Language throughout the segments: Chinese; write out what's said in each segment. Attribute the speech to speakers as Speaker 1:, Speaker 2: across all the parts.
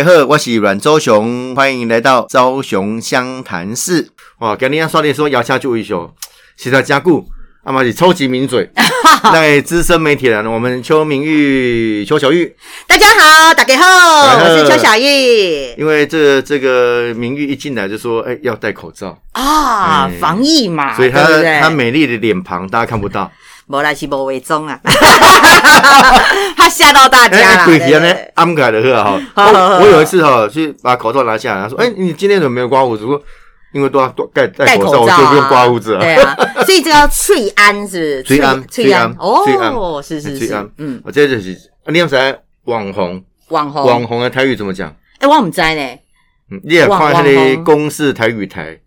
Speaker 1: 大家好，我是阮周雄，欢迎来到周雄湘潭市。哇，今天少年说摇下就一宿，实在加固，阿妈是超级名 嘴，那位资深媒体人，我们邱明玉、邱小玉，
Speaker 2: 大家好，大家好，
Speaker 1: 大家好
Speaker 2: 我是邱小玉
Speaker 1: 因为这这个明玉一进来就说，哎、要戴口罩，
Speaker 2: 啊
Speaker 1: 哎，
Speaker 2: 防疫嘛，
Speaker 1: 所以她
Speaker 2: 啊对不对
Speaker 1: 她美丽的脸庞大家看不到，
Speaker 2: 无啦是无伪装啊， 怕吓到大
Speaker 1: 哎、
Speaker 2: 家啦。
Speaker 1: 鬼
Speaker 2: 对
Speaker 1: 题
Speaker 2: 对
Speaker 1: 呢
Speaker 2: 对，
Speaker 1: 安改的呵哈。
Speaker 2: 好好
Speaker 1: 我
Speaker 2: 好
Speaker 1: 我有一次哈，去把口罩拿下来，他说，哎、你今天怎么没有刮胡子？我说因为都要都戴戴
Speaker 2: 戴
Speaker 1: 口
Speaker 2: 口
Speaker 1: 罩，
Speaker 2: 罩啊
Speaker 1: 我就不用刮胡子了。
Speaker 2: 对啊，所以这叫翠安是不是？
Speaker 1: 翠安
Speaker 2: 翠
Speaker 1: 翠
Speaker 2: 安
Speaker 1: 安，翠安
Speaker 2: 哦，是是
Speaker 1: 翠安
Speaker 2: 是，嗯，
Speaker 1: 我这就是啊你要在网红，
Speaker 2: 网
Speaker 1: 网
Speaker 2: 红，
Speaker 1: 红的台语怎么讲？
Speaker 2: 哎，我唔知呢。
Speaker 1: 嗯你也看
Speaker 2: 网
Speaker 1: 那
Speaker 2: 网
Speaker 1: 个
Speaker 2: 红
Speaker 1: 公式台语台，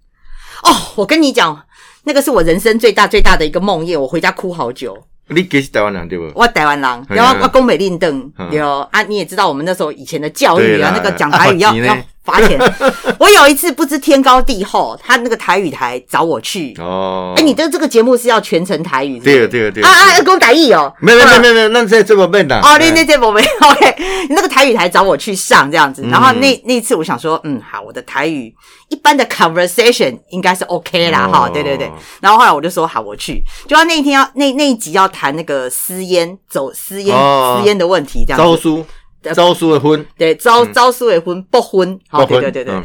Speaker 2: 哦，我跟你讲，那个是我人生最大最大的一个梦魇，我回家哭好久。
Speaker 1: 你给是台湾人对不？
Speaker 2: 我台湾人，
Speaker 1: 哎呀
Speaker 2: 然后我公美令邓
Speaker 1: 嗯
Speaker 2: 有啊，你也知道我们那时候以前的教
Speaker 1: 对
Speaker 2: 育
Speaker 1: 啦
Speaker 2: 啊，那个讲台语
Speaker 1: 啊
Speaker 2: 要
Speaker 1: 好急呢
Speaker 2: 要罚钱。 我有一次不知天高地厚，他那个台语台找我去，
Speaker 1: 哦，
Speaker 2: 哎，你的这个节目是要全程台语？
Speaker 1: 对了对了对
Speaker 2: 啊
Speaker 1: 了，
Speaker 2: 啊，要跟我打译哦。
Speaker 1: 没有没有没有没有，哎那这这么笨的
Speaker 2: 哦，那那节目没有 OK，那个 台语台找我去上这样子，
Speaker 1: 嗯
Speaker 2: 然后那那一次我想说，嗯，好，我的台语一般的 conversation 应该是 OK 啦，哈、对对对
Speaker 1: 哦。
Speaker 2: 然后后来我就说好，我去。就他那一天要那那一集要谈那个私烟，走私烟、
Speaker 1: 哦
Speaker 2: 私烟的问题，这样
Speaker 1: 招
Speaker 2: 子。
Speaker 1: 叔
Speaker 2: 呃
Speaker 1: 招叔的婚，
Speaker 2: 对，招招苏伟婚不婚，
Speaker 1: 包
Speaker 2: 好，哦对
Speaker 1: 嗯婚
Speaker 2: 对对对。
Speaker 1: 嗯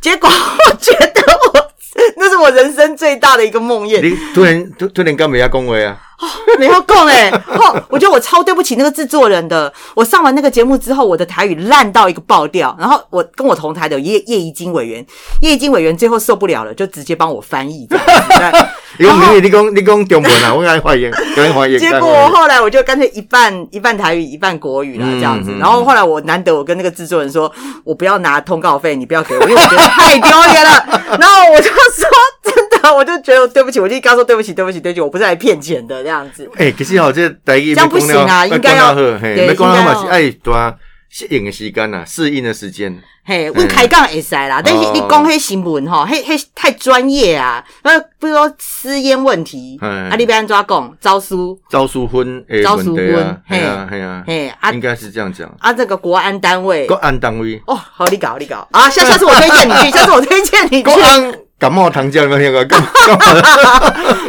Speaker 2: 结果我觉得我。 那是我人生最大的一个梦魇，
Speaker 1: 你突然突突然跟人家恭维
Speaker 2: 哦
Speaker 1: 啊，
Speaker 2: 没有供哎、哦，我觉得我超对不起那个制作人的。我上完那个节目之后，我的台语烂到一个爆掉。然后我跟我同台的叶叶怡金委员，叶怡金委员最后受不了了，就直接帮我翻译这样子。
Speaker 1: 因
Speaker 2: 对
Speaker 1: 为明明你讲你讲中文啊，我爱发言，爱发言，
Speaker 2: 结果后来我就干脆一半一半台语，一半国语啦，这样子
Speaker 1: 嗯嗯。
Speaker 2: 然后后来我难得我跟那个制作人说，我不要拿通告费，你不要给我，因为我觉得太丢 脸了。然后我就说真的，我就觉得对不起，我就跟他说对不起，对不起，对不起，我不是来骗钱的这样子。
Speaker 1: 哎，可是哦，这台语
Speaker 2: 这样不行啊应该要对
Speaker 1: 没讲
Speaker 2: 应该
Speaker 1: 到
Speaker 2: 要
Speaker 1: 嘛是爱多适应的时间呐，适应的时间。
Speaker 2: 嘿，阮开讲会使啦，
Speaker 1: 哦
Speaker 2: 但是你讲迄新闻吼，迄迄太专业啊。呃，比如说私烟问题，
Speaker 1: 嘿嗯
Speaker 2: 啊，你要安怎讲？招书，
Speaker 1: 招叔婚诶，
Speaker 2: 招叔
Speaker 1: 问题啊嘿
Speaker 2: 婚
Speaker 1: 啊嘿啊，
Speaker 2: 嘿啊
Speaker 1: 应该是这样讲。
Speaker 2: 啊，这个国安单位
Speaker 1: 国，安单位，
Speaker 2: 哦，好，你搞，你搞啊，下下次我推荐你去， 下次我推荐你去
Speaker 1: 国。安感冒糖浆有没有听过？
Speaker 2: 好啦，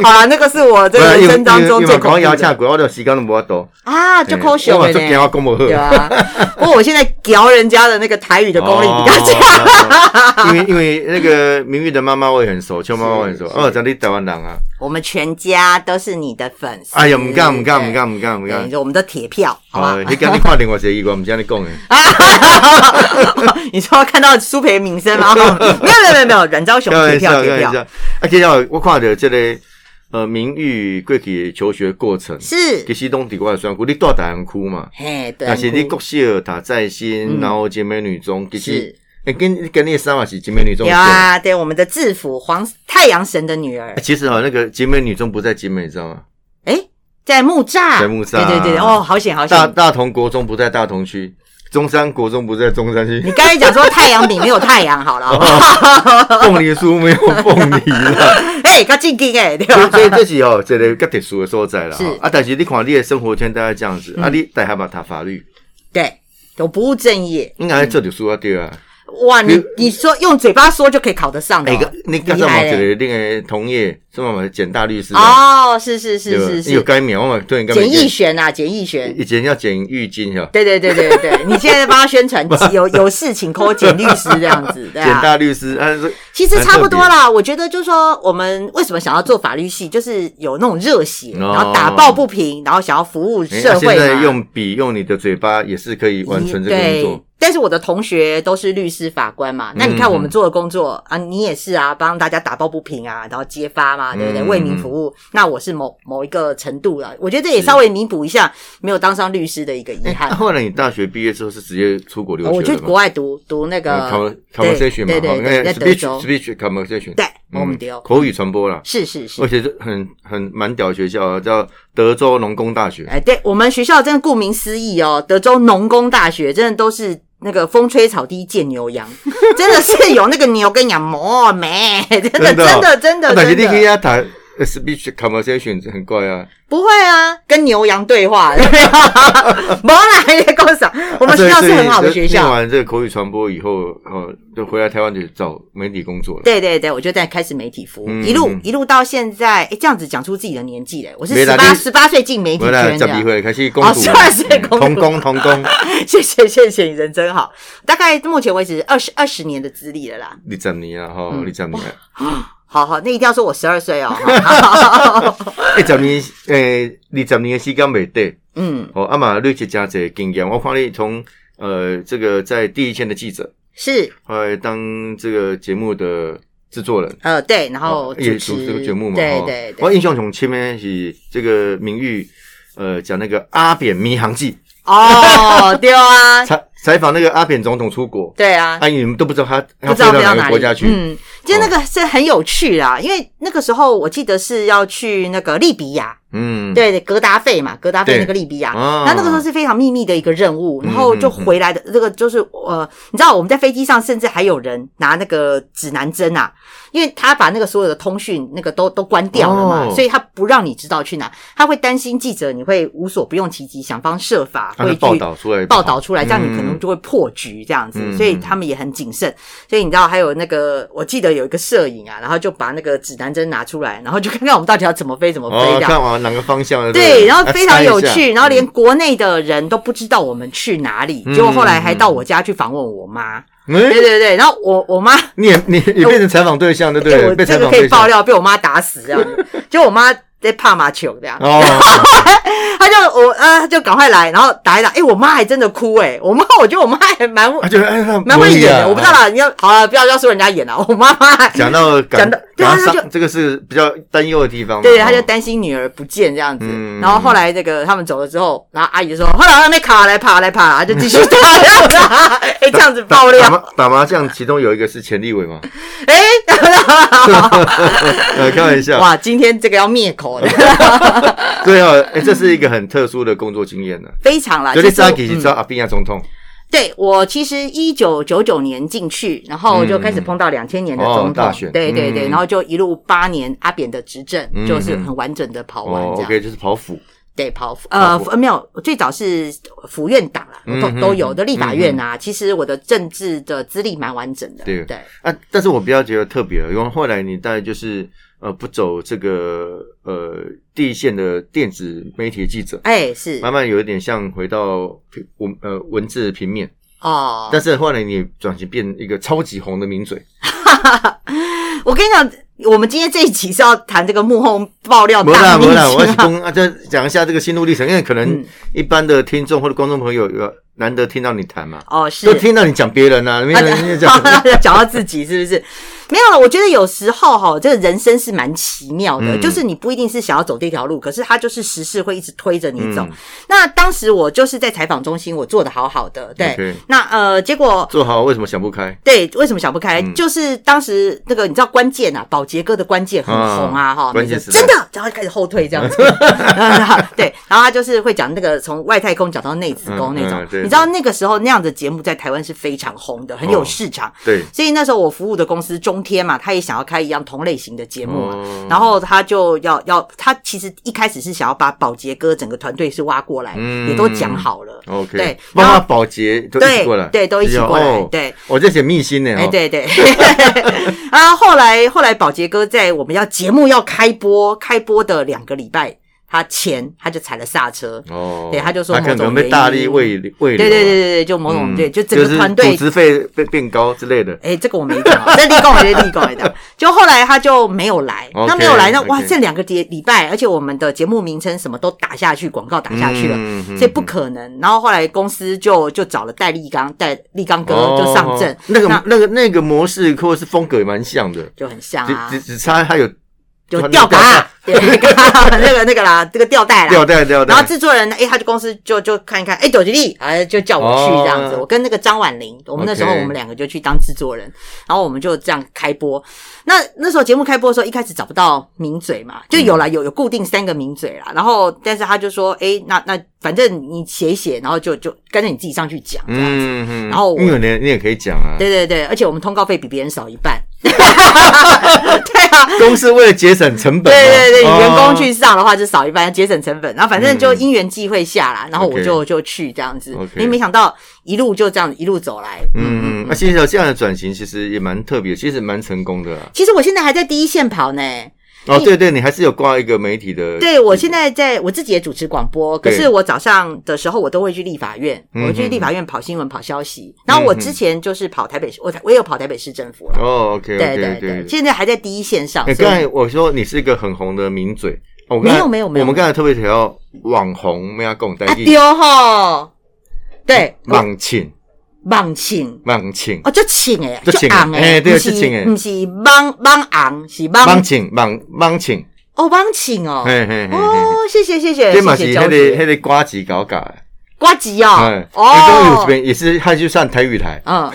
Speaker 2: 啊那个是我这
Speaker 1: 不
Speaker 2: 个
Speaker 1: 然
Speaker 2: 人
Speaker 1: 因为
Speaker 2: 生当中
Speaker 1: 因为
Speaker 2: 最
Speaker 1: 因为讲
Speaker 2: 恐
Speaker 1: 牙
Speaker 2: 怖
Speaker 1: 恰
Speaker 2: 的
Speaker 1: 过，我就时间都无法度。
Speaker 2: 啊，就抠
Speaker 1: 嘿
Speaker 2: 秀
Speaker 1: 我
Speaker 2: 了
Speaker 1: 嘛做惊我
Speaker 2: 呢。
Speaker 1: 讲无
Speaker 2: 对
Speaker 1: 好。
Speaker 2: 啊，不过我现在屌人家的那个台语的 功力比较强。
Speaker 1: 哦因为因为那个明玉的妈妈我也很熟，邱妈妈我也很熟。
Speaker 2: 是
Speaker 1: 哦，这里台湾人啊，
Speaker 2: 我们全家都是你的粉丝。
Speaker 1: 哎呀，唔敢唔敢
Speaker 2: 对
Speaker 1: 唔，敢唔敢唔
Speaker 2: 对
Speaker 1: 敢
Speaker 2: 你。说我们的铁票，好啊吧
Speaker 1: 哦，？你讲你看电话谁我唔知道你讲诶。
Speaker 2: 你说看到苏培名声吗？没有没有没有没有，阮昭雄
Speaker 1: 开
Speaker 2: 贴
Speaker 1: 玩笑，
Speaker 2: 票贴
Speaker 1: 开玩
Speaker 2: 票
Speaker 1: 笑。啊，接下来我看到这个呃明玉过去的求学过程，
Speaker 2: 是
Speaker 1: 其，实拢伫我的选区，你住大安区嘛？
Speaker 2: 嘿，对，
Speaker 1: 但是你国小打在新，
Speaker 2: 嗯
Speaker 1: 然后集美女中，其实
Speaker 2: 是
Speaker 1: 诶，跟跟你的三嘛是集美女中
Speaker 2: 有
Speaker 1: 线。
Speaker 2: 啊，对，我们的制服黄太阳神的女儿
Speaker 1: 欸，其实哈，那个集美女中不在集美，你知道吗？
Speaker 2: 哎，在木栅，
Speaker 1: 在木栅
Speaker 2: 对对对，对哦，好险好
Speaker 1: 大
Speaker 2: 险。
Speaker 1: 大同国中不在大同区，中山国中不在中山区
Speaker 2: 你，刚才讲说太阳饼没有太阳，好了，好不好
Speaker 1: 凤梨酥没有凤梨 啦。
Speaker 2: 哎，他进京哎，对
Speaker 1: 所以
Speaker 2: 吧？
Speaker 1: 所以这是哦，这个较特殊的所在啦。
Speaker 2: 是嗯
Speaker 1: 哈啊，但是你看你的生活圈大概这样子，啊，你大学嘛读法律，
Speaker 2: 对，我不务正业，
Speaker 1: 应该做律师啊对
Speaker 2: 哦
Speaker 1: 啊。
Speaker 2: 哇，你
Speaker 1: 你
Speaker 2: 你说用嘴巴说就可以考得上的
Speaker 1: 那
Speaker 2: 哦
Speaker 1: 个，哎你刚
Speaker 2: 厉
Speaker 1: 才嘛
Speaker 2: 害
Speaker 1: 一
Speaker 2: 嘞！
Speaker 1: 个那个同业，什么简大律师啊，
Speaker 2: 哦，是是
Speaker 1: 对吧
Speaker 2: 是是
Speaker 1: 你有
Speaker 2: 是，
Speaker 1: 改名，我嘛突然改
Speaker 2: 简
Speaker 1: 名。
Speaker 2: 易璇啊，简易璇，
Speaker 1: 以前要剪浴巾是吧？
Speaker 2: 对对对对对，你现在帮他 宣传，有有事请 call 简律师这样子，对
Speaker 1: 简
Speaker 2: 啊。
Speaker 1: 大律师，啊，是
Speaker 2: 其实差不多啦，我觉得就是说，我们为什么想要做法律系，就是有那种热血，
Speaker 1: 哦
Speaker 2: 然后打抱不平，然后想要服务
Speaker 1: 哎
Speaker 2: 社
Speaker 1: 啊
Speaker 2: 会
Speaker 1: 现在
Speaker 2: 嘛。嗯
Speaker 1: 用笔用你的嘴巴也是可以完成这个工
Speaker 2: 对
Speaker 1: 作。，
Speaker 2: 但是我的同学都是律师、法
Speaker 1: 嗯
Speaker 2: 官嘛，那你看我们做的工作啊，你也是啊，帮大家打抱不平啊，然后揭发嘛，对不对？
Speaker 1: 嗯
Speaker 2: 为民服务，那我是某某一个程度了，我觉得也稍微弥补一下没有当上律师的一个遗憾
Speaker 1: 啊。后来你大学毕业之后是直接出国留学的哦
Speaker 2: 哦我去
Speaker 1: 吗
Speaker 2: 国外读读那个
Speaker 1: Conver-
Speaker 2: 对
Speaker 1: conversation 嘛，哈
Speaker 2: 对对对，在德
Speaker 1: speech
Speaker 2: 州，
Speaker 1: speech conversation，
Speaker 2: 对，
Speaker 1: 嗯
Speaker 2: 我们丢，
Speaker 1: 口语传播啦，
Speaker 2: 是是是
Speaker 1: 而，且是很很蛮屌的学校啊，叫德州农工大学。
Speaker 2: 哎，对我们学校真的顾名思义哦，德州农工大学真的都是。那个风吹草低见 牛羊，真的是有那个牛跟羊磨没，真的
Speaker 1: 真的哦
Speaker 2: 真的真
Speaker 1: 啊
Speaker 2: 的
Speaker 1: 但是你
Speaker 2: 真
Speaker 1: 跟人
Speaker 2: 的
Speaker 1: 家谈呃 speech conversation 很怪啊，
Speaker 2: 不会啊，跟牛羊对话，没啦，你在多少？我们学校是很好的学
Speaker 1: 念
Speaker 2: 校。
Speaker 1: 完这个口语传播以后，哦，就回来台湾就找媒体工作了。
Speaker 2: 对对对，我就在开始媒体服务，
Speaker 1: 嗯
Speaker 2: 一路
Speaker 1: 嗯
Speaker 2: 一路到现在，哎，这样子讲出自己的年纪嘞，我是
Speaker 1: 没
Speaker 2: 十
Speaker 1: 啦
Speaker 2: 八
Speaker 1: 你
Speaker 2: 十八岁进媒体
Speaker 1: 回来
Speaker 2: 圈
Speaker 1: 十
Speaker 2: 的。
Speaker 1: 二岁开始工
Speaker 2: 哦，
Speaker 1: 读
Speaker 2: 十
Speaker 1: 了，
Speaker 2: 二岁工
Speaker 1: 童
Speaker 2: 读
Speaker 1: 工童 工，
Speaker 2: 谢谢谢谢，你人真好。大概目前为止二十二十年的资历了啦。
Speaker 1: 你怎么样哈？
Speaker 2: 嗯
Speaker 1: 你怎么样？
Speaker 2: 好好，那一定要说我十 二岁哦。哈
Speaker 1: 一十年，诶、二十年的时间未短。
Speaker 2: 嗯，
Speaker 1: 哦，阿嘛累积真侪经验。我看你从呃这个在第一线的记者，
Speaker 2: 是
Speaker 1: 后来当这个节目的制作人，
Speaker 2: 呃对，然后
Speaker 1: 哦也
Speaker 2: 主
Speaker 1: 主
Speaker 2: 持
Speaker 1: 这个节目嘛。
Speaker 2: 对
Speaker 1: 哦
Speaker 2: 对对
Speaker 1: 我。印象中前面是这个名誉，呃，讲那个阿扁迷航记，
Speaker 2: 哦，对啊，
Speaker 1: 采采访那个阿扁总统出国，
Speaker 2: 对啊。
Speaker 1: 哎、你们都不知道他他
Speaker 2: 不知
Speaker 1: 飞
Speaker 2: 道
Speaker 1: 到哪
Speaker 2: 飞到
Speaker 1: 个
Speaker 2: 哪
Speaker 1: 国
Speaker 2: 里
Speaker 1: 家去。哦
Speaker 2: 嗯，就那个是很有趣啦，因为那个时候我记得是要去那个利比亚，
Speaker 1: 嗯，
Speaker 2: 对，格达费嘛，格达费
Speaker 1: 对
Speaker 2: 那个利比亚，
Speaker 1: 啊
Speaker 2: 那那个时候是非常秘密的一个任务，
Speaker 1: 嗯
Speaker 2: 然后就回来的这个就是呃，你知道我们在飞机上甚至还有人拿那个指南针啊，因为他把那个所有的通讯那个都都关掉了嘛，
Speaker 1: 哦
Speaker 2: 所以他不让你知道去哪，他会担心记者你会无所不用其极，想方设法
Speaker 1: 他
Speaker 2: 会
Speaker 1: 的
Speaker 2: 去
Speaker 1: 啊报道出来，
Speaker 2: 报道出来，这样你可
Speaker 1: 嗯
Speaker 2: 能就会破局这样子，
Speaker 1: 嗯
Speaker 2: 所以他们也很谨慎。所以你知道还有那个，我记得有一个摄影啊，然后就把那个指南针拿出来，然后就看看我们到底要怎么飞，怎么飞
Speaker 1: 哦，
Speaker 2: 这样。
Speaker 1: 看往哪个方向？
Speaker 2: 对，然后非常有
Speaker 1: 啊猜一
Speaker 2: 趣，
Speaker 1: 下
Speaker 2: 然后连国内的人都不知道我们去哪里，结果后来还到我家去访问我妈。
Speaker 1: 嗯
Speaker 2: 对对对，然后我我妈
Speaker 1: 你也你也变成采访对象，对不
Speaker 2: 哎、
Speaker 1: 对？
Speaker 2: 我
Speaker 1: 被
Speaker 2: 这
Speaker 1: 采
Speaker 2: 个
Speaker 1: 访
Speaker 2: 可以
Speaker 1: 对
Speaker 2: 爆
Speaker 1: 象。
Speaker 2: 料，被我妈打死这样 子。就我妈在帕马球这样，
Speaker 1: 哦，
Speaker 2: 她就我啊，她就赶快来，然后打一打。哎、我妈还真的哭哎、我妈我觉得我妈还蛮
Speaker 1: 啊，就哎，那
Speaker 2: 蛮会
Speaker 1: 文艺
Speaker 2: 演
Speaker 1: 啊
Speaker 2: 的，我不知道。啦。你要好了，不要要说人家演了，我妈妈
Speaker 1: 讲到
Speaker 2: 讲到对啊
Speaker 1: 感
Speaker 2: 他就
Speaker 1: 伤，这个是比较担忧的地方嘛。
Speaker 2: 对，
Speaker 1: 哦
Speaker 2: 他就担心女儿不见这样子。
Speaker 1: 嗯
Speaker 2: 然后后来这个他们走了之后，然后阿姨就说：“后来外面卡来爬来爬，她就继续 打。”哎、这样子爆
Speaker 1: 打
Speaker 2: 料，
Speaker 1: 麻打麻将，其中有一个是钱立伟嘛？
Speaker 2: 哎、
Speaker 1: 呃，开玩笑，
Speaker 2: 哇，今天这个要灭口的，
Speaker 1: 对啊，哎，这是一个很特殊的工作经验呢。
Speaker 2: 非常啦。
Speaker 1: 就你
Speaker 2: 其实我
Speaker 1: 扎吉是知道阿扁亚总统，
Speaker 2: 对我其实一九九九年进去，然后就开始碰到两千年的总统、
Speaker 1: 哦大选
Speaker 2: 对对对，
Speaker 1: 嗯
Speaker 2: 然后就一路八年阿扁的执政，
Speaker 1: 嗯
Speaker 2: 就是很完整的跑完
Speaker 1: 哦
Speaker 2: 这样。
Speaker 1: ，OK，就是跑府，
Speaker 2: 对，跑呃
Speaker 1: 跑
Speaker 2: 呃没有，最早是府院党啦，
Speaker 1: 嗯
Speaker 2: 都
Speaker 1: 嗯
Speaker 2: 都有
Speaker 1: 嗯
Speaker 2: 的立法院啊。其实我的政治的资历蛮完整的，
Speaker 1: 对
Speaker 2: 对
Speaker 1: 啊，但是我比较觉得特别了，因为后来你大概就是呃不走这个呃第一线的电子媒体记者，
Speaker 2: 哎是
Speaker 1: 慢慢有一点像回到平文呃文字平面，
Speaker 2: 哦。
Speaker 1: 但是后来你转型变一个超级红的名嘴，
Speaker 2: 我跟你讲，我们今天这一集是要谈这个幕后爆料
Speaker 1: 没啦
Speaker 2: 哦大秘
Speaker 1: 没啦，我是
Speaker 2: 辛，
Speaker 1: 公啊，再讲一下这个心路历程，因为可能
Speaker 2: 嗯
Speaker 1: 一般的听众或者观众朋友有难得听到你谈嘛，
Speaker 2: 哦是
Speaker 1: 都听到你讲别人啊，没
Speaker 2: 啊
Speaker 1: 人讲
Speaker 2: 讲到自己是不是？没有了，我觉得有时候哈，这个人生是蛮奇妙的，
Speaker 1: 嗯
Speaker 2: 就是你不一定是想要走这条路，可是他就是时事会一直推着你走。
Speaker 1: 嗯
Speaker 2: 那当时我就是在采访中心，我做的好好的，对。
Speaker 1: OK
Speaker 2: 那呃，结果
Speaker 1: 做好为什么想不开？
Speaker 2: 对，为什么想不开？
Speaker 1: 嗯
Speaker 2: 就是当时那个你知道关键啊，宝洁哥的关键很红啊，哈、
Speaker 1: 啊关键时
Speaker 2: 每
Speaker 1: 代
Speaker 2: 个真的，然后就开始后退 这样子，然后对，然后他就是会讲那个从外太空讲到内子宫
Speaker 1: 嗯
Speaker 2: 那种，
Speaker 1: 嗯对
Speaker 2: 你知道那个时候那样的节目在台湾是非常红的，很有市场。
Speaker 1: 对，
Speaker 2: 所以那时候我服务的公司中天嘛，他也想要开一样同类型的节目嘛，
Speaker 1: 哦
Speaker 2: 然后他就要要他其实一开始是想要把宝洁哥整个团队是挖过来，
Speaker 1: 嗯
Speaker 2: 也都讲好了，
Speaker 1: 哦 OK，
Speaker 2: 对
Speaker 1: 包
Speaker 2: 然
Speaker 1: 括
Speaker 2: 后
Speaker 1: 保洁都一起
Speaker 2: 对
Speaker 1: 过来，
Speaker 2: 对都一起过来
Speaker 1: 哦
Speaker 2: 对，
Speaker 1: 我在写密信呢，
Speaker 2: 哎、
Speaker 1: 哦，
Speaker 2: 对 对，啊，后来后来，宝杰哥在我们要节目要开播开播的两个礼拜，他前他就踩了刹车，
Speaker 1: 哦，
Speaker 2: 对他就说
Speaker 1: 他可
Speaker 2: 某种
Speaker 1: 能被大力
Speaker 2: 原因
Speaker 1: 喂喂，
Speaker 2: 对对对对对，就某种、
Speaker 1: 啊嗯
Speaker 2: 对，就整
Speaker 1: 是
Speaker 2: 个团队
Speaker 1: 组织费变变高之类的，
Speaker 2: 哎、这个我没讲， 这立功还是立功来的。就后来他就没有来
Speaker 1: OK，
Speaker 2: 那没有来，那
Speaker 1: OK
Speaker 2: 哇，这两个礼礼拜，而且我们的节目名称什么都打下去，广告打下去了，
Speaker 1: 嗯嗯
Speaker 2: 所以不可能。然后后来公司就就找了戴立刚，戴立刚哥就上阵，
Speaker 1: 哦那个那个那个模式或者是风格也蛮像的，
Speaker 2: 就很像啊
Speaker 1: 只只，只差它有
Speaker 2: 就
Speaker 1: 穿
Speaker 2: 吊
Speaker 1: 那个
Speaker 2: 嘎啊， 对，那个那个啦，这个吊带啦，
Speaker 1: 吊带吊带，
Speaker 2: 啊然后制作人，哎、他就公司就就看一看，哎、九吉利，啊，就叫我去这样子。
Speaker 1: 哦
Speaker 2: 我跟那个张婉玲，我们那时候
Speaker 1: OK
Speaker 2: 我们两个就去当制作人，然后我们就这样开播。那那时候节目开播的时候，一开始找不到名嘴嘛，就有
Speaker 1: 嗯
Speaker 2: 啦，有有固定三个名嘴啦。然后，但是他就说，哎、那那反正你写一写，然后就就跟着你自己上去讲。
Speaker 1: 嗯，嗯
Speaker 2: 然后我
Speaker 1: 因为你你也可以讲啊，
Speaker 2: 对对对，而且我们通告费比别人少一半， 对啊，
Speaker 1: 公司为了节省成本嘛，
Speaker 2: 对对对，
Speaker 1: 哦
Speaker 2: 员工去上的话就少一半，节省成本。然后反正就因缘际会下啦，然后我就就去这样子
Speaker 1: 嗯 OK。
Speaker 2: 因为没想到一路就这样一路走来。
Speaker 1: 嗯，那其实有这样的转型，其实也蛮特别，其实蛮成功的啦。啊
Speaker 2: 其实我现在还在第一线跑呢。
Speaker 1: 哦，对对，你还是有挂一个媒体的，
Speaker 2: 对我现在在我自己也主持广播，可
Speaker 1: 对嗯
Speaker 2: 是我早上的时候我都会去立法院，我会去立法院跑新闻、跑消息。然后我之前就是跑台北市，我我也有跑台北市政府了。
Speaker 1: 哦，OK
Speaker 2: 对
Speaker 1: OK
Speaker 2: 对
Speaker 1: OK
Speaker 2: 对，。现在还在第一线上
Speaker 1: 哎，，
Speaker 2: 所
Speaker 1: 刚
Speaker 2: 以
Speaker 1: 才我说你是一个很红的名嘴，哦，我刚才
Speaker 2: 没有没有没有
Speaker 1: 我们刚才特别提到网红，没有讲代
Speaker 2: 啊
Speaker 1: 记，
Speaker 2: 丢吼，对，网
Speaker 1: 网请
Speaker 2: 网请。
Speaker 1: 网请
Speaker 2: 哦，就请诶，
Speaker 1: 就请的
Speaker 2: 红诶，
Speaker 1: 哎对
Speaker 2: 不是
Speaker 1: 就请的
Speaker 2: 不是帮帮昂，是
Speaker 1: 网
Speaker 2: 帮
Speaker 1: 请网网请，
Speaker 2: 哦帮请哦，
Speaker 1: 嘿嘿嘿嘿，
Speaker 2: 哦，谢谢谢谢，
Speaker 1: 这嘛
Speaker 2: 谢
Speaker 1: 是
Speaker 2: 谢
Speaker 1: 那
Speaker 2: 教
Speaker 1: 个那
Speaker 2: 姐，
Speaker 1: 个瓜子搞搞的，
Speaker 2: 瓜吉哦
Speaker 1: 哎，，那个有
Speaker 2: 哦
Speaker 1: 这，边也是他去上台语台，
Speaker 2: 嗯，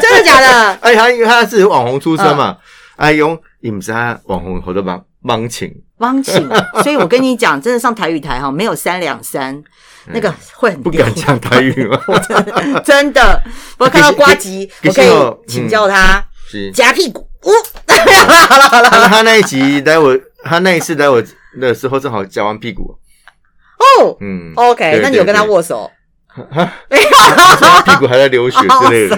Speaker 2: 真的假的？
Speaker 1: 哎，他因为他是网红出身嘛，
Speaker 2: 嗯
Speaker 1: 哎，用你们家网红好多网网请。
Speaker 2: 汪请，所以我跟你讲，真的上台语台哈，没有三两三，那个会很
Speaker 1: 嗯不敢
Speaker 2: 丢
Speaker 1: 讲台语吗？
Speaker 2: 真的。我看到瓜吉，
Speaker 1: 可
Speaker 2: 我
Speaker 1: 是
Speaker 2: 可以
Speaker 1: 哦嗯
Speaker 2: 请教他
Speaker 1: 是，
Speaker 2: 夹屁股，呜，
Speaker 1: 他他那一集来我，他那一次来我的时候正好夹完屁股，
Speaker 2: 哦
Speaker 1: 嗯
Speaker 2: ，OK，
Speaker 1: 对
Speaker 2: 那你有跟他
Speaker 1: 对
Speaker 2: 握手？ 哦
Speaker 1: 他 屁股还在流血之类的，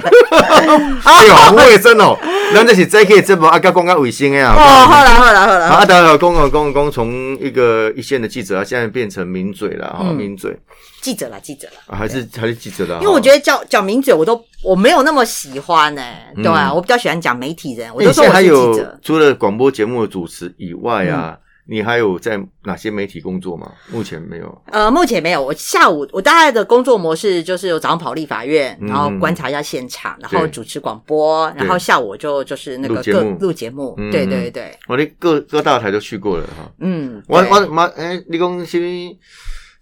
Speaker 1: 哎呦，好卫生哦。咱这是这可以这么啊，讲讲卫生的
Speaker 2: 哦，
Speaker 1: 啊。
Speaker 2: 后来后来后来，
Speaker 1: 啊，当然，公公公公从一个一线的记者，啊，现在变成名嘴了哈，名嘴
Speaker 2: 记者啦，记者啦。
Speaker 1: 啊还是还是记者了。
Speaker 2: 嗯因为我觉得叫叫名嘴，我都我没有那么喜欢呢、对啊，
Speaker 1: 嗯
Speaker 2: 我比较喜欢讲媒体人，我
Speaker 1: 那
Speaker 2: 就
Speaker 1: 你哎现
Speaker 2: 说
Speaker 1: 在
Speaker 2: 我
Speaker 1: 还
Speaker 2: 是
Speaker 1: 有
Speaker 2: 记者。嗯
Speaker 1: 除了广播节目的主持以外啊，你还有在哪些媒体工作吗？目前没有。
Speaker 2: 呃，目前没有，我下午我大概的工作模式就是我早上跑立法院，
Speaker 1: 嗯
Speaker 2: 然后观察一下现场，然后
Speaker 1: 对
Speaker 2: 主持广播，然后下午我就就是那个
Speaker 1: 录节
Speaker 2: 各
Speaker 1: 目
Speaker 2: 录节目，
Speaker 1: 嗯
Speaker 2: 对对对，
Speaker 1: 我的各各大台都去过了哈。
Speaker 2: 嗯，
Speaker 1: 我
Speaker 2: 对
Speaker 1: 我妈哎，你讲是不是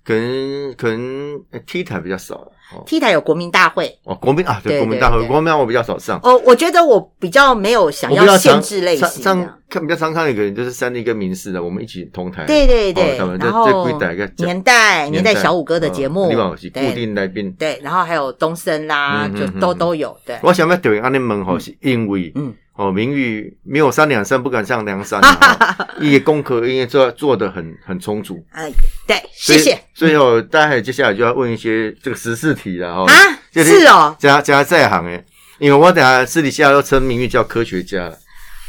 Speaker 1: 可能可能哎 T 台比较少了哦
Speaker 2: T 台有国民大会，
Speaker 1: 哦，国民啊，对
Speaker 2: 对
Speaker 1: 国民大会，
Speaker 2: 对对
Speaker 1: 国民大会我比较少上，
Speaker 2: 哦，我觉得我比较没有想
Speaker 1: 我比较
Speaker 2: 要
Speaker 1: 常
Speaker 2: 限制类
Speaker 1: 上
Speaker 2: 型的
Speaker 1: 上。看比较常看的一个人就是三立跟民视的，我们一起同台，
Speaker 2: 对对对
Speaker 1: 哦他，们这
Speaker 2: 然
Speaker 1: 这
Speaker 2: 后
Speaker 1: 归大家讲
Speaker 2: 年代年代小五哥的
Speaker 1: 哦
Speaker 2: 节目，
Speaker 1: 你嘛是固
Speaker 2: 对
Speaker 1: 定来宾。
Speaker 2: 对，然后还有东升啦，
Speaker 1: 嗯嗯
Speaker 2: 就
Speaker 1: 嗯
Speaker 2: 都
Speaker 1: 嗯
Speaker 2: 都有，对。
Speaker 1: 我想要对安尼问吼，是因为
Speaker 2: 嗯
Speaker 1: 哦，明玉没有三两三不敢上梁 山啊，哦伊的功课因为做做的很很充足，
Speaker 2: 哎，对，
Speaker 1: 所
Speaker 2: 谢
Speaker 1: 以
Speaker 2: 谢。
Speaker 1: 所以哦，大家接下来就要问一些这个时事题了哈。哦
Speaker 2: 啊，是哦，
Speaker 1: 加加在行诶，因为我等下私底下都称名誉叫科学家了，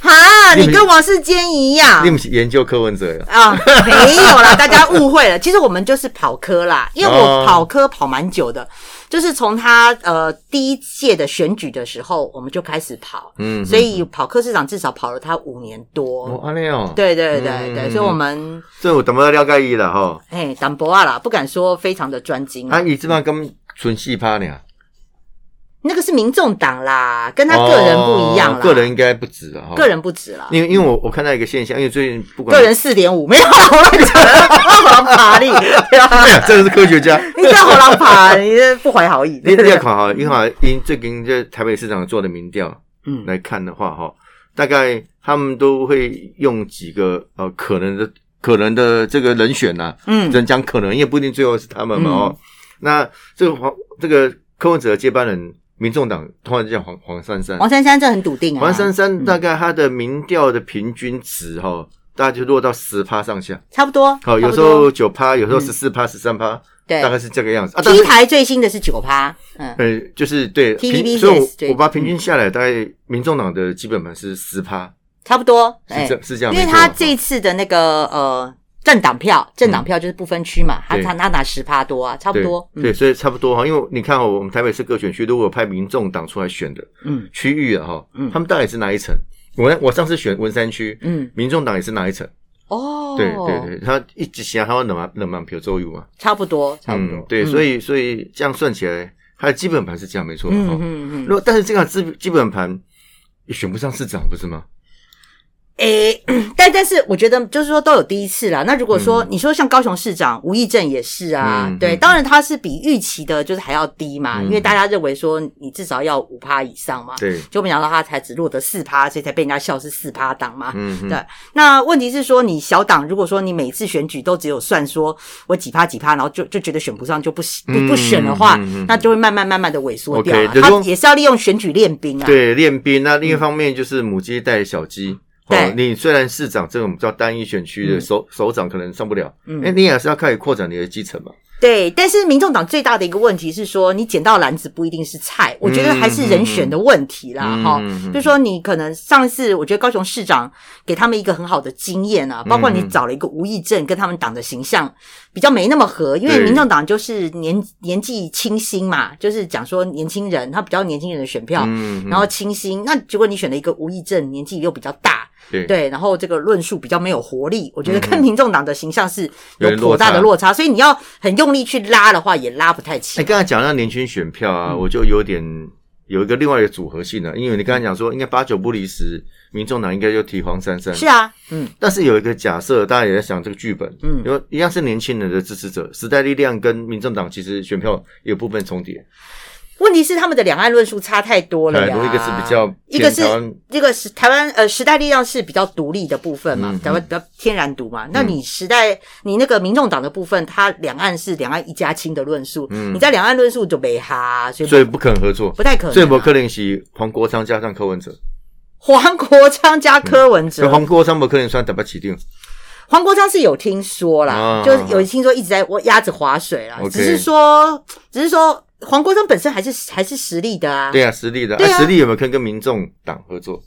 Speaker 2: 哈，
Speaker 1: 你们
Speaker 2: 你跟王世坚一样
Speaker 1: 你们是研究柯文哲呀？
Speaker 2: 啊，没有啦， 大家误会了。其实我们就是跑科啦，因为
Speaker 1: 哦
Speaker 2: 我跑科跑蛮久的，就是从他呃第一届的选举的时候，我们就开始跑，
Speaker 1: 嗯，
Speaker 2: 所以跑科市长至少跑了他五年
Speaker 1: 哦，
Speaker 2: 多。
Speaker 1: 安尼哦，，
Speaker 2: 对对对
Speaker 1: 嗯
Speaker 2: 对，所以我们
Speaker 1: 这我怎么了解伊了吼？
Speaker 2: 哎，淡薄啊啦，不敢说非常的专精啦
Speaker 1: 啊，伊这帮跟纯戏趴呢，
Speaker 2: 那个是民众党啦，跟他个人不一样啦，
Speaker 1: 哦个人应该不止了哈。
Speaker 2: 个，人不止啦。
Speaker 1: 因为因为我我看到一个现象，因为最近不管
Speaker 2: 个人四点五，没有啦，我乱讲的，好狼爬力，对啊
Speaker 1: 哎呀，这个是科学 家。
Speaker 2: 你这好狼爬，你这不怀好意。
Speaker 1: 你你要看哈，因为因最近这台北市长做的民调
Speaker 2: 嗯
Speaker 1: 来看的话哈，大概他们都会用几个呃可能的可能的这个人选呐、只
Speaker 2: 嗯
Speaker 1: 能讲可能，也不一定最后是他们嘛哦。那这个黄这个柯文哲接班人，民众党通常就叫黄黄珊珊，
Speaker 2: 黄珊珊这很笃定啊，
Speaker 1: 黄珊珊大概她的民调的平均值哈、哦，大概就落到十趴上下，
Speaker 2: 差不多。
Speaker 1: 好、
Speaker 2: 差
Speaker 1: 有
Speaker 2: 不
Speaker 1: 时
Speaker 2: 多嗯
Speaker 1: 候九趴，有时候十四趴、十三趴，
Speaker 2: 对
Speaker 1: 大概是这个样子啊。但
Speaker 2: T
Speaker 1: 是
Speaker 2: 台最新的是九趴，嗯，
Speaker 1: 呃，就是对，
Speaker 2: TVBS
Speaker 1: 平所以我
Speaker 2: 对
Speaker 1: 我把它平均下来，大概民众党的基本盘是十趴，
Speaker 2: 差不多。
Speaker 1: 是
Speaker 2: 哎，
Speaker 1: 这是这样
Speaker 2: 因
Speaker 1: 没错，
Speaker 2: 为他这次的那个呃政党票，政党票就是不分区嘛，他
Speaker 1: 对
Speaker 2: 他他拿十趴多啊，差不
Speaker 1: 对
Speaker 2: 多。嗯
Speaker 1: 对，所以差不多哈。因为你看哦，我们台北市各选区如果派民众党出来选的，
Speaker 2: 嗯
Speaker 1: 区域啊哈，
Speaker 2: 嗯
Speaker 1: 他们大概是哪一层？我我上次选文山区，
Speaker 2: 嗯，
Speaker 1: 民众党也是哪一层？
Speaker 2: 哦，
Speaker 1: 对对对，他一直想他要冷满冷满票周游嘛，
Speaker 2: 差不多，差不
Speaker 1: 嗯
Speaker 2: 多，。
Speaker 1: 对，
Speaker 2: 嗯
Speaker 1: 所以所以这样算起来，他的基本盘是这样没错的哈
Speaker 2: 嗯。嗯嗯嗯
Speaker 1: 如果但是这样基基本盘也选不上市长不是吗？
Speaker 2: 诶、 但但是我觉得就是说都有第一次啦。那如果说、你说像高雄市长吴益政也是啊，
Speaker 1: 嗯
Speaker 2: 对，
Speaker 1: 嗯
Speaker 2: 当然他是比预期的就是还要低嘛，因为大家认为说你至少要五趴以上嘛，
Speaker 1: 对，
Speaker 2: 就没想到他才只落得四趴，所以才被人家笑是四趴党嘛。
Speaker 1: 嗯哼，
Speaker 2: 对，那问题是说，你小党如果说你每次选举都只有算说我几趴几趴，然后就就觉得选不上就不不不选的话，
Speaker 1: 嗯嗯嗯嗯
Speaker 2: 那就会慢慢慢慢的萎缩掉
Speaker 1: OK，
Speaker 2: 啊。
Speaker 1: 就是
Speaker 2: 他
Speaker 1: 说
Speaker 2: 也是要利用选举练兵啊。
Speaker 1: 对，练兵。那另一方面就是母鸡带小鸡。
Speaker 2: 嗯对
Speaker 1: 哦，你虽然市长这种比较单一选区的首首长可能上不了，
Speaker 2: 嗯
Speaker 1: 哎，你也是要开始扩展你的基层嘛。
Speaker 2: 对，但是民众党最大的一个问题是说，你捡到篮子不一定是菜，我觉得还是人选的问题啦，
Speaker 1: 嗯
Speaker 2: 哈、
Speaker 1: 嗯嗯
Speaker 2: 就是说你可能上一次，我觉得高雄市长给他们一个很好的经验
Speaker 1: 嗯
Speaker 2: 啊，包括你找了一个吴益政，跟他们党的形象比较没那么合，因为
Speaker 1: 对
Speaker 2: 民众党就是年年纪轻新嘛，就是讲说年轻人，他比较年轻人的选票，
Speaker 1: 嗯，
Speaker 2: 然后清新，那结果你选了一个吴益政，年纪又比较大，
Speaker 1: 对嗯
Speaker 2: 对，然后这个论述比较没有活力，我觉得跟民众党的形象是
Speaker 1: 有
Speaker 2: 有
Speaker 1: 点
Speaker 2: 颇大的落
Speaker 1: 落
Speaker 2: 差，所以你要很用力去拉的话，也拉不太
Speaker 1: 哎，
Speaker 2: 起。
Speaker 1: 刚才讲到年轻选票
Speaker 2: 嗯
Speaker 1: 啊，我就有点有一个另外一个组合性啊了，因为你刚才讲说应该八九不离十，民众党应该就提黄珊珊，
Speaker 2: 是啊，嗯，
Speaker 1: 但是有一个假设，大家也在想这个剧本，
Speaker 2: 嗯
Speaker 1: 嗯，因为一样是年轻人的支持者，时代力量跟民政党其实选票有部分重叠，
Speaker 2: 问题是他们的两岸论述差太多了
Speaker 1: 很
Speaker 2: 呀。
Speaker 1: 多一个是比较
Speaker 2: 一个
Speaker 1: 偏
Speaker 2: 是
Speaker 1: 台湾
Speaker 2: 这个是台湾呃时代力量是比较独立的部分嘛
Speaker 1: 嗯，
Speaker 2: 台湾比较天然独嘛。那你时代你那个民众党的部分，它两岸是两岸一家亲的论述，
Speaker 1: 嗯
Speaker 2: 你在两岸论述就没哈，所以不
Speaker 1: 所以不肯合作
Speaker 2: 不，太可能啊。啊
Speaker 1: 所以伯克林是黄国昌加上柯文哲，
Speaker 2: 黄国昌加柯文
Speaker 1: 所以
Speaker 2: 哲，
Speaker 1: 黄国昌伯克林算台北起定，
Speaker 2: 啊黄国昌是有听说啦，
Speaker 1: 啊
Speaker 2: 就是有听说一直在我鸭子划水啦，
Speaker 1: OK
Speaker 2: 只是说，只是说黄国昌本身还是还是实力的啊，
Speaker 1: 对啊，实力的，
Speaker 2: 对啊
Speaker 1: 啊实力有没有可能跟民众党合作？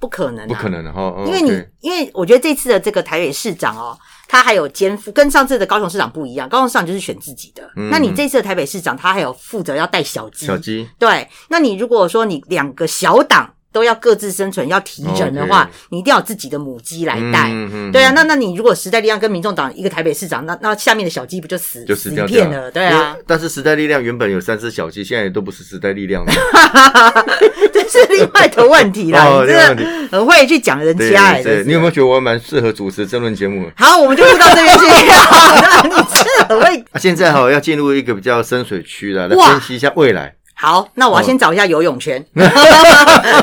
Speaker 2: 不可能、啊，
Speaker 1: 不可能的哈，哦
Speaker 2: 因为你、
Speaker 1: 对
Speaker 2: 因为我觉得这次的这个台北市长哦，他还有肩负跟上次的高雄市长不一样，高雄市长就是选自己的，
Speaker 1: 嗯
Speaker 2: 那你这次的台北市长他还有负责要带小鸡，
Speaker 1: 小鸡
Speaker 2: 对，那你如果说你两个小党都要各自生存要提人的话
Speaker 1: 哦 OK
Speaker 2: 你一定要有自己的母鸡来带。
Speaker 1: 嗯嗯
Speaker 2: 对啊，那那你如果时代力量跟民众党一个台北市长，那那下面的小鸡不就死
Speaker 1: 就死掉
Speaker 2: 一片
Speaker 1: 掉
Speaker 2: 了？对啊
Speaker 1: 因为，但是时代力量原本有三只小鸡，现在也都不是时代力量了。
Speaker 2: 这是另外的问题啦。
Speaker 1: 哦
Speaker 2: 你真的很会去讲人
Speaker 1: 对
Speaker 2: 家哎、真
Speaker 1: 对，
Speaker 2: 是
Speaker 1: 你有没有觉得我还蛮适合主持争论节目的？
Speaker 2: 好，我们就录到这边去。好那你真的很会。
Speaker 1: 啊，现在哈要进入一个比较深水区了，来
Speaker 2: 哇
Speaker 1: 分析一下未来。
Speaker 2: 好，那我要
Speaker 1: 哦
Speaker 2: 先找一下游泳 圈，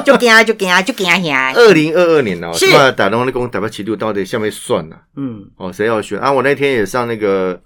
Speaker 2: 就跟啊就跟啊就跟啊呀。
Speaker 1: 二零二二年哦，
Speaker 2: 是
Speaker 1: 那打东的工打不起六到底下面算了、
Speaker 2: 嗯，
Speaker 1: 哦，谁要选啊？我那天也上那个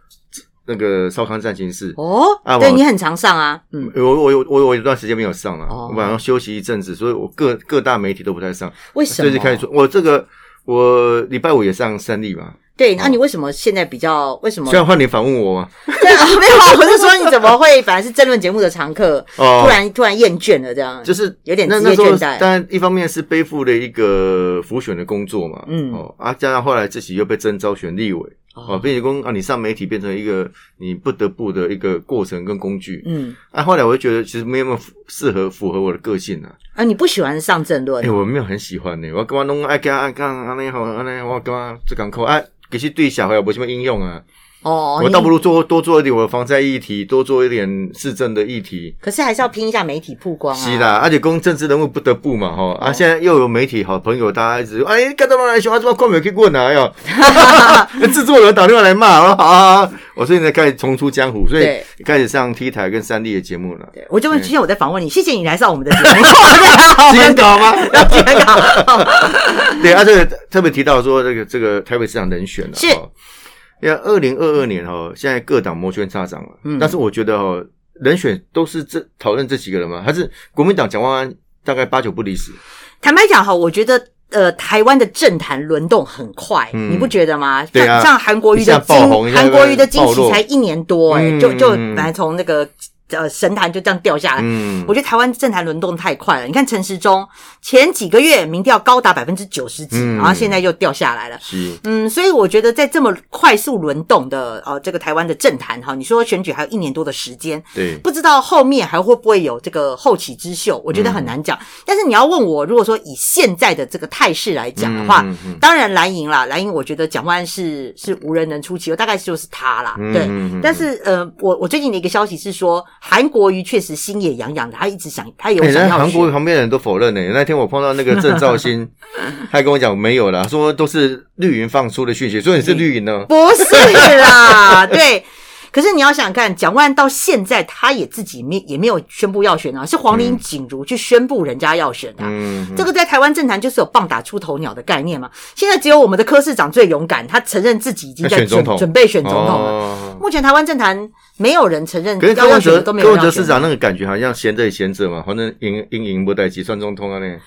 Speaker 1: 那个少康战情室，
Speaker 2: 哦，
Speaker 1: 啊
Speaker 2: 对
Speaker 1: 我
Speaker 2: 你很常上啊，嗯，
Speaker 1: 我我我我我有一段时间没有上了，
Speaker 2: 哦
Speaker 1: 我晚上休息一阵子，所以我各各大媒体都不太上，
Speaker 2: 为什
Speaker 1: 所
Speaker 2: 么？
Speaker 1: 以就开始说，我这个我礼拜五也上三立嘛，
Speaker 2: 对，那你为什么现在比较为什么
Speaker 1: 虽？然换你反问我嘛，
Speaker 2: 对啊，没有啊，我是说你怎么会本来是政论节目的常客，
Speaker 1: 哦
Speaker 2: 突然突然厌倦了这样？
Speaker 1: 就是
Speaker 2: 有点
Speaker 1: 那
Speaker 2: 职业
Speaker 1: 那时候
Speaker 2: 倦怠
Speaker 1: 当然一方面是背负了一个浮选的工作嘛，
Speaker 2: 嗯
Speaker 1: 哦啊，加上后来自己又被征召选立委，哦，并且工啊，你上媒体变成一个你不得不的一个过程跟工具，
Speaker 2: 嗯
Speaker 1: 啊，后来我就觉得其实没有那么符适合符合我的个性啊，
Speaker 2: 啊，你不喜欢上政论
Speaker 1: 哎、？我没有很喜欢呢、我干嘛弄爱干爱干安尼好安尼，我干嘛这港口啊，可是对小孩有没什么应用啊，
Speaker 2: 哦，
Speaker 1: 我
Speaker 2: 你
Speaker 1: 倒不如做多做一点我的防灾议题，多做一点市政的议题，
Speaker 2: 可是还是要拼一下媒体曝光啊。
Speaker 1: 是啦，而且公政治人物不得不嘛吼、啊，现在又有媒体好朋友，大家一直说哎，干到乱来熊，啊，怎么冠美可以过来哟？ 制作人打电话来骂，我哦说好好好，我所以呢开始重出江湖，所以
Speaker 2: 对
Speaker 1: 开始上 T 台跟三 D 的节目了。
Speaker 2: 对，我就问，之前我在访问你，谢谢你来上我们的节目。 好
Speaker 1: 今 天搞吗？
Speaker 2: 天啊
Speaker 1: 对，啊，这个特别提到说这个这个台北市长人选了，
Speaker 2: 是
Speaker 1: 哦因为二零二二年哦，现在各党摩拳擦掌了，
Speaker 2: 嗯
Speaker 1: 但是我觉得哦，人选都是这讨论这几个人吗？还是国民党蒋万安大概八九不离十？
Speaker 2: 坦白讲哈，我觉得。呃，台湾的政坛轮动很快，
Speaker 1: 嗯
Speaker 2: 你不觉得吗？
Speaker 1: 对啊
Speaker 2: 像像韩国瑜的
Speaker 1: 一下爆红
Speaker 2: 惊，
Speaker 1: 一下
Speaker 2: 韩国瑜的惊
Speaker 1: 爆
Speaker 2: 喜
Speaker 1: 落
Speaker 2: 才一年多、哎、
Speaker 1: 嗯
Speaker 2: 就就
Speaker 1: 嗯
Speaker 2: 本来从那个呃神坛就这样掉下来，
Speaker 1: 嗯
Speaker 2: 我觉得台湾政坛轮动太快了。你看陈时中前几个月民调高达百分之九十几，
Speaker 1: 嗯
Speaker 2: 然后现在又掉下来了。
Speaker 1: 是。
Speaker 2: 嗯，所以我觉得在这么快速轮动的呃这个台湾的政坛哈，你说选举还有一年多的时间，
Speaker 1: 对，
Speaker 2: 不知道后面还会不会有这个后起之秀，我觉得很难
Speaker 1: 嗯
Speaker 2: 讲。但是你要问我，如果说以现在的这个态势来讲的话，
Speaker 1: 嗯嗯嗯
Speaker 2: 当然蓝营啦，蓝营我觉得蒋万安是是无人能出其右，大概就是他啦，
Speaker 1: 嗯
Speaker 2: 对。
Speaker 1: 嗯嗯
Speaker 2: 但是呃，我我最近的一个消息是说，韩国瑜确实心也痒痒的，他一直想，他有
Speaker 1: 哎，
Speaker 2: 想
Speaker 1: 那
Speaker 2: 要
Speaker 1: 韩
Speaker 2: 学。
Speaker 1: 国旁边的人都否认呢、那天我碰到那个郑兆 新，他跟我讲没有啦，说都是绿营放出的讯息，所以你是绿营哦呢？
Speaker 2: 不是啦， 对。可是你要想看，蒋万到现在他也自己没也没有宣布要选啊，是黄林锦如去宣布人家要选啊。
Speaker 1: 嗯，
Speaker 2: 这个在台湾政坛就是有棒打出头鸟的概念嘛。现在只有我们的柯市长最勇敢，他承认自己已经
Speaker 1: 要
Speaker 2: 在
Speaker 1: 选
Speaker 2: 准
Speaker 1: 总统
Speaker 2: 准备选总统了。
Speaker 1: 哦
Speaker 2: 目前台湾政坛没有人承认
Speaker 1: 可是
Speaker 2: 要
Speaker 1: 柯
Speaker 2: 要
Speaker 1: 文
Speaker 2: 选的
Speaker 1: 哲，
Speaker 2: 都没
Speaker 1: 柯
Speaker 2: 有
Speaker 1: 文
Speaker 2: 人
Speaker 1: 哲
Speaker 2: 要选
Speaker 1: 市
Speaker 2: 的
Speaker 1: 长那个感觉好像闲着也闲着嘛，反正赢赢赢不得计算中通啊呢。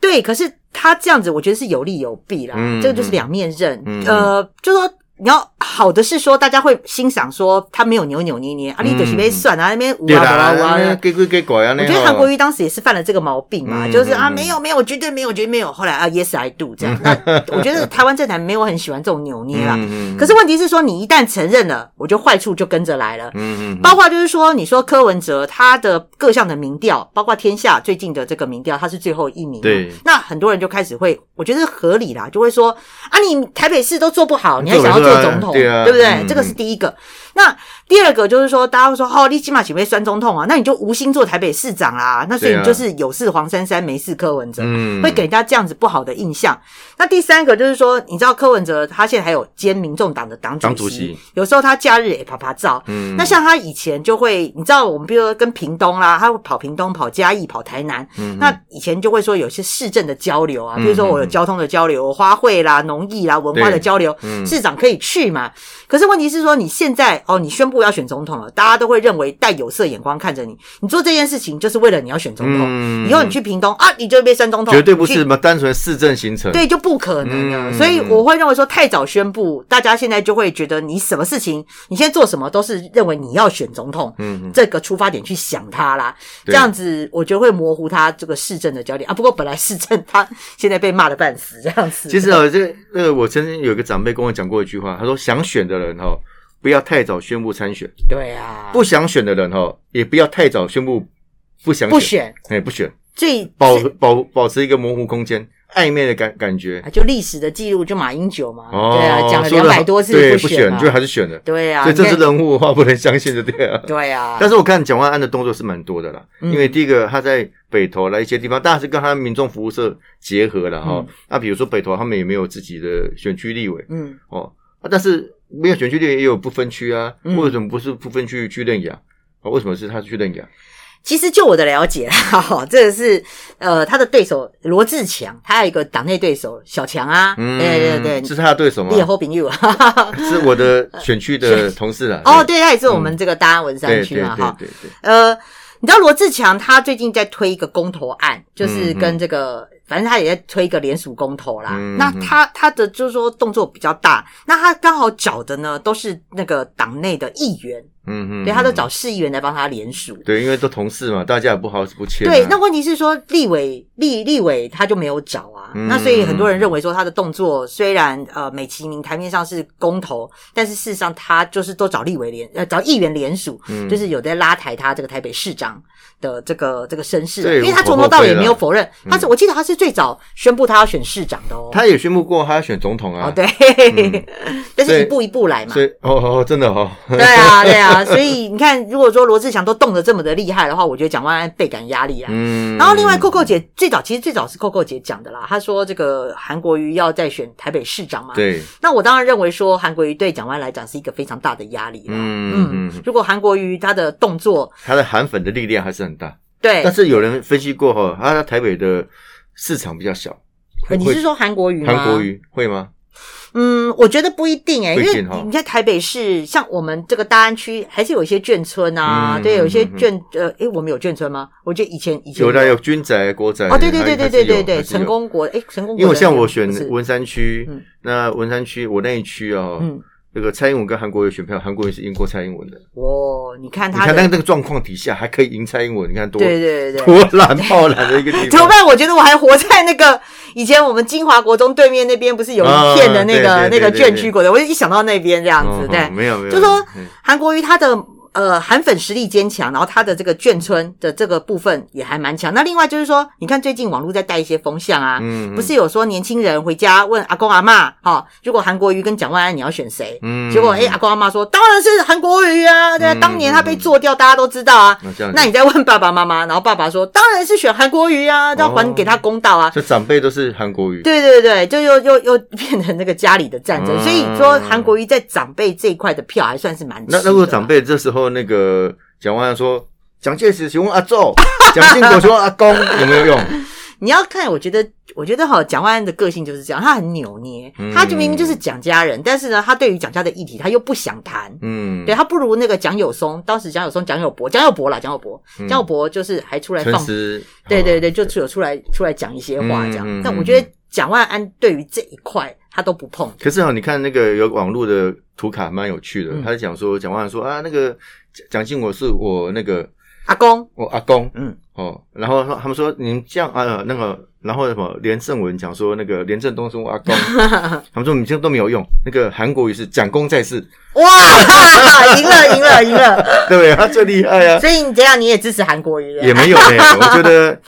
Speaker 2: 对，可是他这样子，我觉得是有利有弊啦。
Speaker 1: 嗯
Speaker 2: 这个就是两面刃。
Speaker 1: 嗯
Speaker 2: 呃，就说你要好的是说，大家会欣赏说他没有扭扭捏
Speaker 1: 嗯
Speaker 2: 捏，啊，你就是没算啊，那边
Speaker 1: 对
Speaker 2: 哇
Speaker 1: 啦
Speaker 2: 哇，哇
Speaker 1: 那
Speaker 2: 哇。
Speaker 1: 给鬼给鬼啊！
Speaker 2: 我
Speaker 1: 那
Speaker 2: 觉得韩
Speaker 1: 吼
Speaker 2: 国瑜当时也是犯了这个毛病嘛，
Speaker 1: 嗯
Speaker 2: 就是啊，
Speaker 1: 嗯嗯
Speaker 2: 没有没有，绝对没有，绝对没有。后来啊，yes I do 这样。那我觉得台湾政坛没有很喜欢这种扭捏啦。
Speaker 1: 嗯嗯
Speaker 2: 可是问题是说，你一旦承认了，我就坏处就跟着来了。
Speaker 1: 嗯嗯
Speaker 2: 包括就是说，你说柯文哲他的各项的民调，包括天下最近的这个民调，他是最后一名嘛。啊
Speaker 1: 对
Speaker 2: 那很多人就开始会，我觉得是合理啦，就会说啊，你台北市都做不好，你还
Speaker 1: 做
Speaker 2: 想
Speaker 1: 不出
Speaker 2: 要做
Speaker 1: 来
Speaker 2: 总统，
Speaker 1: 对啊
Speaker 2: 不对？
Speaker 1: 嗯
Speaker 2: 这个是第一个。那第二个就是说，大家会说哦，你起码准备酸总统啊，那你就无心做台北市长啦，那所以
Speaker 1: 对啊
Speaker 2: 你就是有事黄珊珊，没事柯文哲。
Speaker 1: 嗯
Speaker 2: 会给人家这样子不好的印象。那第三个就是说，你知道柯文哲他现在还有兼民众党的党主
Speaker 1: 党主席
Speaker 2: 有时候他假日也啪啪照。
Speaker 1: 嗯
Speaker 2: 那像他以前就会，你知道我们比如说跟屏东啦，他会跑屏东、跑嘉义、跑台南。
Speaker 1: 嗯
Speaker 2: 那以前就会说有些市政的交流啊，比如说我有交通的交流、花卉啦、农艺啦、文化的
Speaker 1: 对
Speaker 2: 交流，
Speaker 1: 嗯
Speaker 2: 市长可以去嘛。可是问题是说，你现在哦，你宣布要选总统了，大家都会认为带有色眼光看着你，你做这件事情就是为了你要选总统。
Speaker 1: 嗯
Speaker 2: 以后你去屏东啊，你就被三总统，
Speaker 1: 绝对不
Speaker 2: 你去
Speaker 1: 是什么单纯市政行程。
Speaker 2: 对，就不可能了。
Speaker 1: 嗯
Speaker 2: 所以我会认为说，太早宣布，大家现在就会觉得你什么事情，你现在做什么都是认为你要选总统。
Speaker 1: 嗯，嗯
Speaker 2: 这个出发点去想他啦，这
Speaker 1: 对
Speaker 2: 样子我觉得会模糊他这个市政的焦点啊。不过本来市政他现在被骂的半死，这样子。
Speaker 1: 其实啊，这那个我曾经有一个长辈跟我讲过一句话，他说想选的人哈，不要太早宣布参选；
Speaker 2: 对啊，
Speaker 1: 不想选的人哈，也不要太早宣布不想
Speaker 2: 不
Speaker 1: 选。
Speaker 2: 选
Speaker 1: 哎，不选，
Speaker 2: 最
Speaker 1: 保
Speaker 2: 最
Speaker 1: 保保持一个模糊空间、暧昧的感感觉。
Speaker 2: 啊就历史的记录就马英九嘛，
Speaker 1: 哦，
Speaker 2: 对啊，讲了
Speaker 1: 说
Speaker 2: 两
Speaker 1: 得
Speaker 2: 百
Speaker 1: 好
Speaker 2: 多次
Speaker 1: 对，
Speaker 2: 不
Speaker 1: 不
Speaker 2: 选嘛，
Speaker 1: 就还是选了。
Speaker 2: 对啊，
Speaker 1: 所以
Speaker 2: 你
Speaker 1: 政
Speaker 2: 看
Speaker 1: 治人物的 话不能相信，就对了。
Speaker 2: 对啊，
Speaker 1: 但是我看蒋万安的动作是蛮多的啦，
Speaker 2: 嗯
Speaker 1: 因为第一个他在北投来一些地方，当然是跟他民众服务社结合了哈、
Speaker 2: 嗯
Speaker 1: 那比如说北投，他们也没有自己的选区立委
Speaker 2: 嗯
Speaker 1: 哦，啊、但是没有选区立委也有不分区啊，
Speaker 2: 嗯
Speaker 1: 为什么不是不分区去认养？啊、为什么是他去认养？
Speaker 2: 其实就我的了解啦， 哈，这个是呃，他的对手罗志强，他还有一个党内对手小强啊，
Speaker 1: 嗯是
Speaker 2: 对对对，
Speaker 1: 他的对手吗
Speaker 2: 你？也 hoping you 啊，
Speaker 1: 是我的选区 的同事啦。
Speaker 2: 哦，对，他也是我们这个大安文山
Speaker 1: 对
Speaker 2: 区
Speaker 1: 对
Speaker 2: 嘛，
Speaker 1: 对
Speaker 2: 哈，
Speaker 1: 对对，
Speaker 2: 呃，你知道罗志强他最近在推一个公投案，就是跟这个，反正他也在推一个联署公投啦。
Speaker 1: 嗯嗯嗯
Speaker 2: 那他他的就是说动作比较大，那他刚好找的呢都是那个党内的议员，
Speaker 1: 嗯嗯，
Speaker 2: 对，他都
Speaker 1: 都
Speaker 2: 找市议员来帮他联署。
Speaker 1: 对，因为都同事嘛，大家也不好不签啊、
Speaker 2: 对，那问题是说立委立立委他就没有找啊，
Speaker 1: 嗯
Speaker 2: 那所以很多人认为说他的动作虽然呃美其名台面上是公投，但是事实上他就是都找立委联呃找议员联署，
Speaker 1: 嗯
Speaker 2: 就是有在拉抬他这个台北市长的这个这个身世啊，
Speaker 1: 对
Speaker 2: 因为他
Speaker 1: 无可
Speaker 2: 从头到尾
Speaker 1: 厚非啦嗯
Speaker 2: 也没有否认，他是我记得他是最早宣布他要选市长的哦，
Speaker 1: 他也宣布过他要选总统啊，
Speaker 2: 哦对， 但
Speaker 1: 所
Speaker 2: 是
Speaker 1: 以
Speaker 2: 一步一步来嘛
Speaker 1: 所。以哦哦，真的哦，
Speaker 2: 对啊，对啊，所以你看，如果说罗志祥都动得这么的厉害的话，我觉得蒋万安倍感压力啊。
Speaker 1: 嗯，
Speaker 2: 然后另外，Coco 姐最早其实最早是 Coco 姐讲的啦，她说这个韩国瑜要再选台北市长嘛。。
Speaker 1: 对，
Speaker 2: 那我当然认为说韩国瑜对蒋万安来讲是一个非常大的压力啦。
Speaker 1: 嗯嗯嗯，
Speaker 2: 如果韩国瑜他的动作
Speaker 1: 他的韩粉的力量还是很大，
Speaker 2: 对
Speaker 1: 但，是有人分析过哈，他在台北的市场比较小，
Speaker 2: 呃你
Speaker 1: 会
Speaker 2: 是说韩国瑜吗？
Speaker 1: 韩国？瑜会吗？
Speaker 2: 嗯，我觉得不一定诶、
Speaker 1: 不一
Speaker 2: 因
Speaker 1: 定
Speaker 2: 为
Speaker 1: 哈
Speaker 2: 你在台北市，像我们这个大安区，还是有一些眷村啊，
Speaker 1: 嗯
Speaker 2: 对，有一些
Speaker 1: 嗯嗯嗯
Speaker 2: 眷呃，诶，我们有眷村吗？我觉得以前以前
Speaker 1: 有的有军宅、国宅，
Speaker 2: 哦，对对对
Speaker 1: 还
Speaker 2: 对
Speaker 1: 是
Speaker 2: 对
Speaker 1: 有
Speaker 2: 对对，
Speaker 1: 还是有
Speaker 2: 成功国诶，成功国
Speaker 1: 因为像
Speaker 2: 人
Speaker 1: 我
Speaker 2: 家
Speaker 1: 选
Speaker 2: 不是
Speaker 1: 文山区
Speaker 2: 嗯，
Speaker 1: 那文山区我那一区哦
Speaker 2: 嗯，
Speaker 1: 那个蔡英文跟韩国瑜选票，韩国瑜是赢过蔡英文的，
Speaker 2: 哇，哦你看
Speaker 1: 你
Speaker 2: 他
Speaker 1: 看
Speaker 2: 的
Speaker 1: 在那个状况底下还可以赢蔡英文，你看多
Speaker 2: 对对 对对。
Speaker 1: 多懒爆懒的一个地
Speaker 2: 怎么
Speaker 1: 方。
Speaker 2: 办？我觉得我还活在那个以前我们金华国中对面那边，不是有一片的那个、
Speaker 1: 啊对对
Speaker 2: 那个
Speaker 1: 对对
Speaker 2: 卷区国的，我就一想到那边这样子。
Speaker 1: 哦
Speaker 2: 对，
Speaker 1: 没有没有，
Speaker 2: 就说啊
Speaker 1: 嗯
Speaker 2: 韩国瑜他的呃，韩粉实力坚强，然后他的这个眷村的这个部分也还蛮强。那另外就是说，你看最近网络在带一些风向啊，
Speaker 1: 嗯
Speaker 2: 不是有说年轻人回家问阿公阿妈，哦，如果韩国瑜跟蒋万安你要选谁？
Speaker 1: 嗯
Speaker 2: 结果哎、阿公阿妈说当然是韩国瑜啊，对啊，
Speaker 1: 嗯
Speaker 2: 当年他被做掉，大家都知道啊。
Speaker 1: 那这样子
Speaker 2: 那你再问爸爸妈妈，然后爸爸说当然是选韩国瑜啊，要还给他公道啊。
Speaker 1: 就长辈都是韩国语，
Speaker 2: 对对对，就又又又变成那个家里的战争，
Speaker 1: 嗯
Speaker 2: 所以说韩国瑜在长辈这一块的票还算是蛮吃
Speaker 1: 那
Speaker 2: 的。啊
Speaker 1: 那如果长辈这时候那个蒋万安说蒋介石请问阿昼， 蒋经国请问阿公有没有用？
Speaker 2: 你要看，我觉得，我觉得哈，蒋万安的个性就是这样，他很扭捏，
Speaker 1: 嗯
Speaker 2: 他就明明就是蒋家人，但是呢，他对于蒋家的议题，他又不想谈。
Speaker 1: 嗯，
Speaker 2: 对他啊不如那个蒋友松，当时蒋友松、蒋友柏、蒋友柏啦，蒋友柏、
Speaker 1: 嗯
Speaker 2: 蒋友柏就是还出来
Speaker 1: 诚
Speaker 2: 放，
Speaker 1: 实，
Speaker 2: 对对
Speaker 1: 啊对，
Speaker 2: 对，就有出来出来讲一些话这样。
Speaker 1: 嗯嗯嗯
Speaker 2: 但我觉得蒋万安对于这一块他都不碰，
Speaker 1: 可是哈，你看那个有网络的图卡蛮有趣的，
Speaker 2: 嗯
Speaker 1: 他讲说蒋万安说啊，那个蒋蒋经国是我那个
Speaker 2: 阿公
Speaker 1: 我阿公，
Speaker 2: 嗯
Speaker 1: 哦，然后他们说你们这样啊，那个，然后什么连胜文讲说那个连振东是我阿 公，他们说你这都没有用，那个韩国语是蒋公在世，
Speaker 2: 哇，赢了赢了赢了！
Speaker 1: 对不对？他最厉害啊，
Speaker 2: 所以你这样你也支持韩国瑜了？
Speaker 1: 也没有哎、我觉 得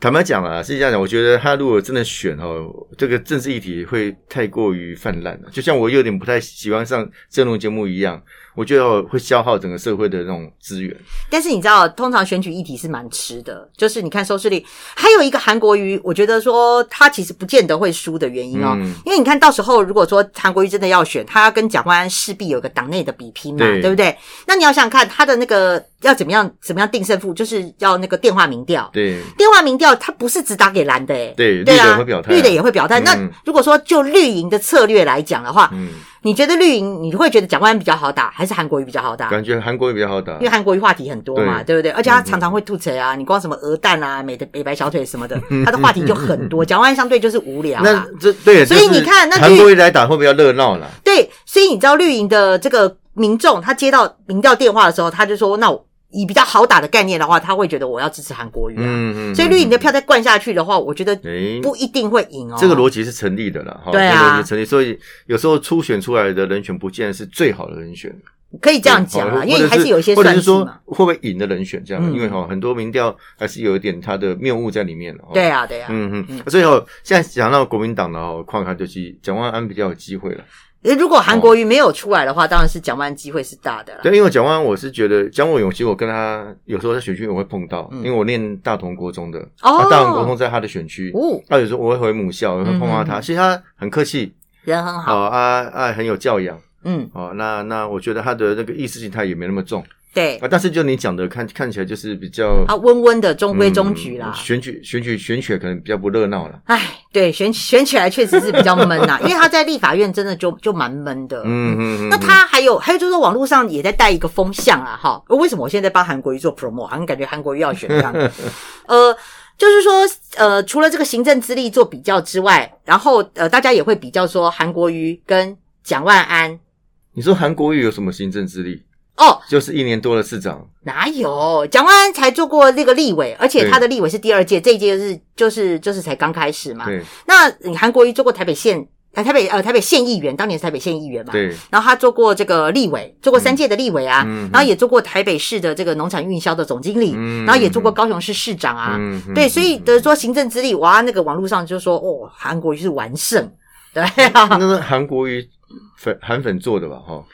Speaker 1: 坦白讲啊啦，是这样讲，我觉得他如果真的选哦，这个政治议题会太过于泛滥啊了，就像我有点不太喜欢上政论节目一样，我觉得哦会消耗整个社会的那种资源。
Speaker 2: 但是你知道，通常选举议题是蛮吃的，就是你看收视率，还有一个韩国瑜，我觉得说他其实不见得会输的原因哦，
Speaker 1: 嗯
Speaker 2: 因为你看到时候如果说韩国瑜真的要选，他要跟蒋万安势必有一个党内的比拼嘛，
Speaker 1: 对
Speaker 2: 对不对？那你要想想看他的那个要怎么样怎么样定胜负，就是要那个电话民调。
Speaker 1: 对，
Speaker 2: 电话民调，他不是只打给蓝的、欸，
Speaker 1: 对
Speaker 2: 对
Speaker 1: 绿
Speaker 2: 啊，
Speaker 1: 的会表态啊
Speaker 2: 绿的也会表态。
Speaker 1: 嗯
Speaker 2: 那如果说就绿营的策略来讲的话，
Speaker 1: 嗯，
Speaker 2: 你觉得绿营你会觉得蒋万安比较好打，还是韩国瑜比较好打？
Speaker 1: 感觉韩国也比较好打
Speaker 2: 因为。韩国瑜话题很多嘛，
Speaker 1: 对嗯
Speaker 2: 对不对？而且他常常会吐槽啊，你光什么鹅蛋啊、美的美白小腿 什么的，他的话题就很多。蒋万安相对就是无聊
Speaker 1: 那
Speaker 2: 啦。
Speaker 1: 这对，
Speaker 2: 啊所以
Speaker 1: 就是
Speaker 2: 你看那绿
Speaker 1: 韩国瑜来打会比较热闹啦。
Speaker 2: 对，所以你知道绿营的这个民众，他接到民调电话的时候，他就说：“那我以比较好打的概念的话，他会觉得我要支持韩国瑜啊。
Speaker 1: 嗯嗯，
Speaker 2: 所以绿营的票再灌下去的话，我觉得
Speaker 1: 诶，
Speaker 2: 不一定会赢哦。
Speaker 1: 这个逻辑是成立的啦，哈，
Speaker 2: 对啊
Speaker 1: 这个逻辑成立，所以有时候初选出来的人选不见得是最好的人选。
Speaker 2: 可以这样讲
Speaker 1: 好
Speaker 2: 啦，因为还
Speaker 1: 或者
Speaker 2: 是有一些
Speaker 1: 或者
Speaker 2: 算
Speaker 1: 是
Speaker 2: 计
Speaker 1: 说
Speaker 2: 嘛。
Speaker 1: 会不会赢的人选这样，
Speaker 2: 嗯
Speaker 1: 因为哈很多民调还是有一点它的谬误在里面哦。
Speaker 2: 对。啊，对啊。
Speaker 1: 嗯嗯，所以哦，现在讲到国民党了哦，看看就是蒋万安比较有机会了。
Speaker 2: 诶如果韩国瑜没有出来的话，当然是蒋万安机会是大的啦。
Speaker 1: 对，因为蒋万安，我是觉得蒋伟勇，其实我跟他有时候在选区我会碰到，
Speaker 2: 嗯
Speaker 1: 因为我念大同国中的，
Speaker 2: 哦
Speaker 1: 那大啊同国中在他的选区，
Speaker 2: 哦，
Speaker 1: 那有时候我会回母校，我会碰到他，其实他很客气，
Speaker 2: 人很好，
Speaker 1: 哦啊啊很有教养，
Speaker 2: 嗯，
Speaker 1: 哦，那那我觉得他的那个意识形态也没那么重
Speaker 2: 对
Speaker 1: 啊，但是就你讲的，看看起来就是比较
Speaker 2: 啊，温温的，中规中矩啦
Speaker 1: 嗯。选举选举选举可能比较不热闹了。
Speaker 2: 唉，对，选选起来确实是比较闷呐、因为他在立法院真的就就蛮闷的。
Speaker 1: 嗯
Speaker 2: 嗯，
Speaker 1: 嗯嗯。
Speaker 2: 那他还有还有就是说网络上也在带一个风向啊，哈，为什么我现在在帮韩国瑜做 promo，好像感觉韩国瑜要 选这样？呃，就是说呃，除了这个行政资历做比较之外，然后呃，大家也会比较说韩国瑜跟蒋万安。
Speaker 1: 你说韩国瑜有什么行政资历？
Speaker 2: 哦，
Speaker 1: 就是一年多的市长，
Speaker 2: 哪有？蒋万安才做过那个立委，而且他的立委是第二届，这一届就是就是就是才刚开始嘛。
Speaker 1: 对
Speaker 2: 那你韩国瑜做过台北县，呃，台北呃台北县议员，当年是台北县议员嘛。。
Speaker 1: 对，
Speaker 2: 然后他做过这个立委，做过三届的立委啊，
Speaker 1: 嗯嗯
Speaker 2: 然后也做过台北市的这个农产运销的总经理，
Speaker 1: 嗯
Speaker 2: 然后也做过高雄市市长啊。
Speaker 1: 嗯嗯
Speaker 2: 对，所以等于说行政资历，哇，那个网络上就说哦，韩国瑜是完胜， 对啊。
Speaker 1: 那是韩国瑜粉韩粉做的吧？哈，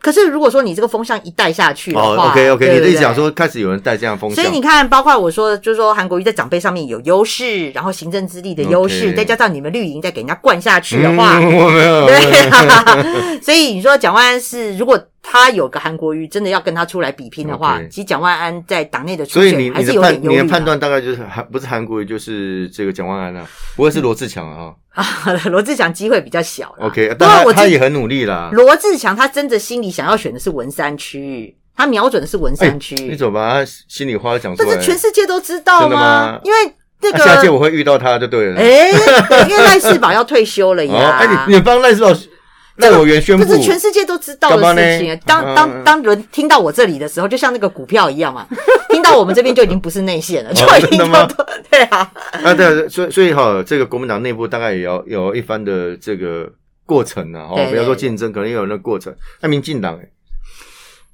Speaker 2: 可是如果说你这个风向一带下去的话、
Speaker 1: 哦，OK OK，你
Speaker 2: 对
Speaker 1: 的
Speaker 2: 不
Speaker 1: 意思
Speaker 2: 对
Speaker 1: 讲说开始有人带这样的风
Speaker 2: 所
Speaker 1: 向，
Speaker 2: 以你看，包括我说，就是说韩国瑜在长辈上面有优势，然后行政资历的优势
Speaker 1: OK
Speaker 2: 再加上你们绿营再给人家灌下去的话，
Speaker 1: 嗯我没 有，
Speaker 2: 对 啊。所以你说蒋万安是，如果他有个韩国瑜真的要跟他出来比拼的话
Speaker 1: OK
Speaker 2: 其实蒋万安在党内的出
Speaker 1: 所以你
Speaker 2: 选还
Speaker 1: 你
Speaker 2: 是
Speaker 1: 的
Speaker 2: 有
Speaker 1: 判
Speaker 2: 点忧
Speaker 1: 你
Speaker 2: 虑、啊
Speaker 1: 的判，断大概就是韩不是韩国瑜就是这个蒋万安啊，不会是罗志强啊
Speaker 2: 罗志祥机会比较小啦。
Speaker 1: ？OK，
Speaker 2: 嗯不过
Speaker 1: 但
Speaker 2: 我
Speaker 1: 他他
Speaker 2: 自
Speaker 1: 也很努力啦。
Speaker 2: 罗志祥他真的心里想要选的是文山区，他瞄准的是文山区，
Speaker 1: 哎你怎么把他心里话讲出
Speaker 2: 但
Speaker 1: 来？
Speaker 2: 是全世界都知道
Speaker 1: 真的吗
Speaker 2: 因为那
Speaker 1: 啊下届
Speaker 2: 个。
Speaker 1: 我会遇到他就对了。
Speaker 2: 哎、对因为赖世宝要退休了呀！
Speaker 1: 哦，哎、你你帮赖世宝赖委员宣布，
Speaker 2: 这是全世界都知道
Speaker 1: 干嘛
Speaker 2: 的
Speaker 1: 呢
Speaker 2: 事情。啊当
Speaker 1: 嗯
Speaker 2: 当当人听到我这里的时候，就像那个股票一样嘛， 听到我们这边就已经不是内线了，就已经
Speaker 1: 哦真的吗
Speaker 2: 就 对啊，
Speaker 1: 啊，对啊，所以所以哈，这个国民党内部大概也要有一番的这个过程啊，哦
Speaker 2: 对，
Speaker 1: 不要说竞争，可能也有那个过程。那民进党、哎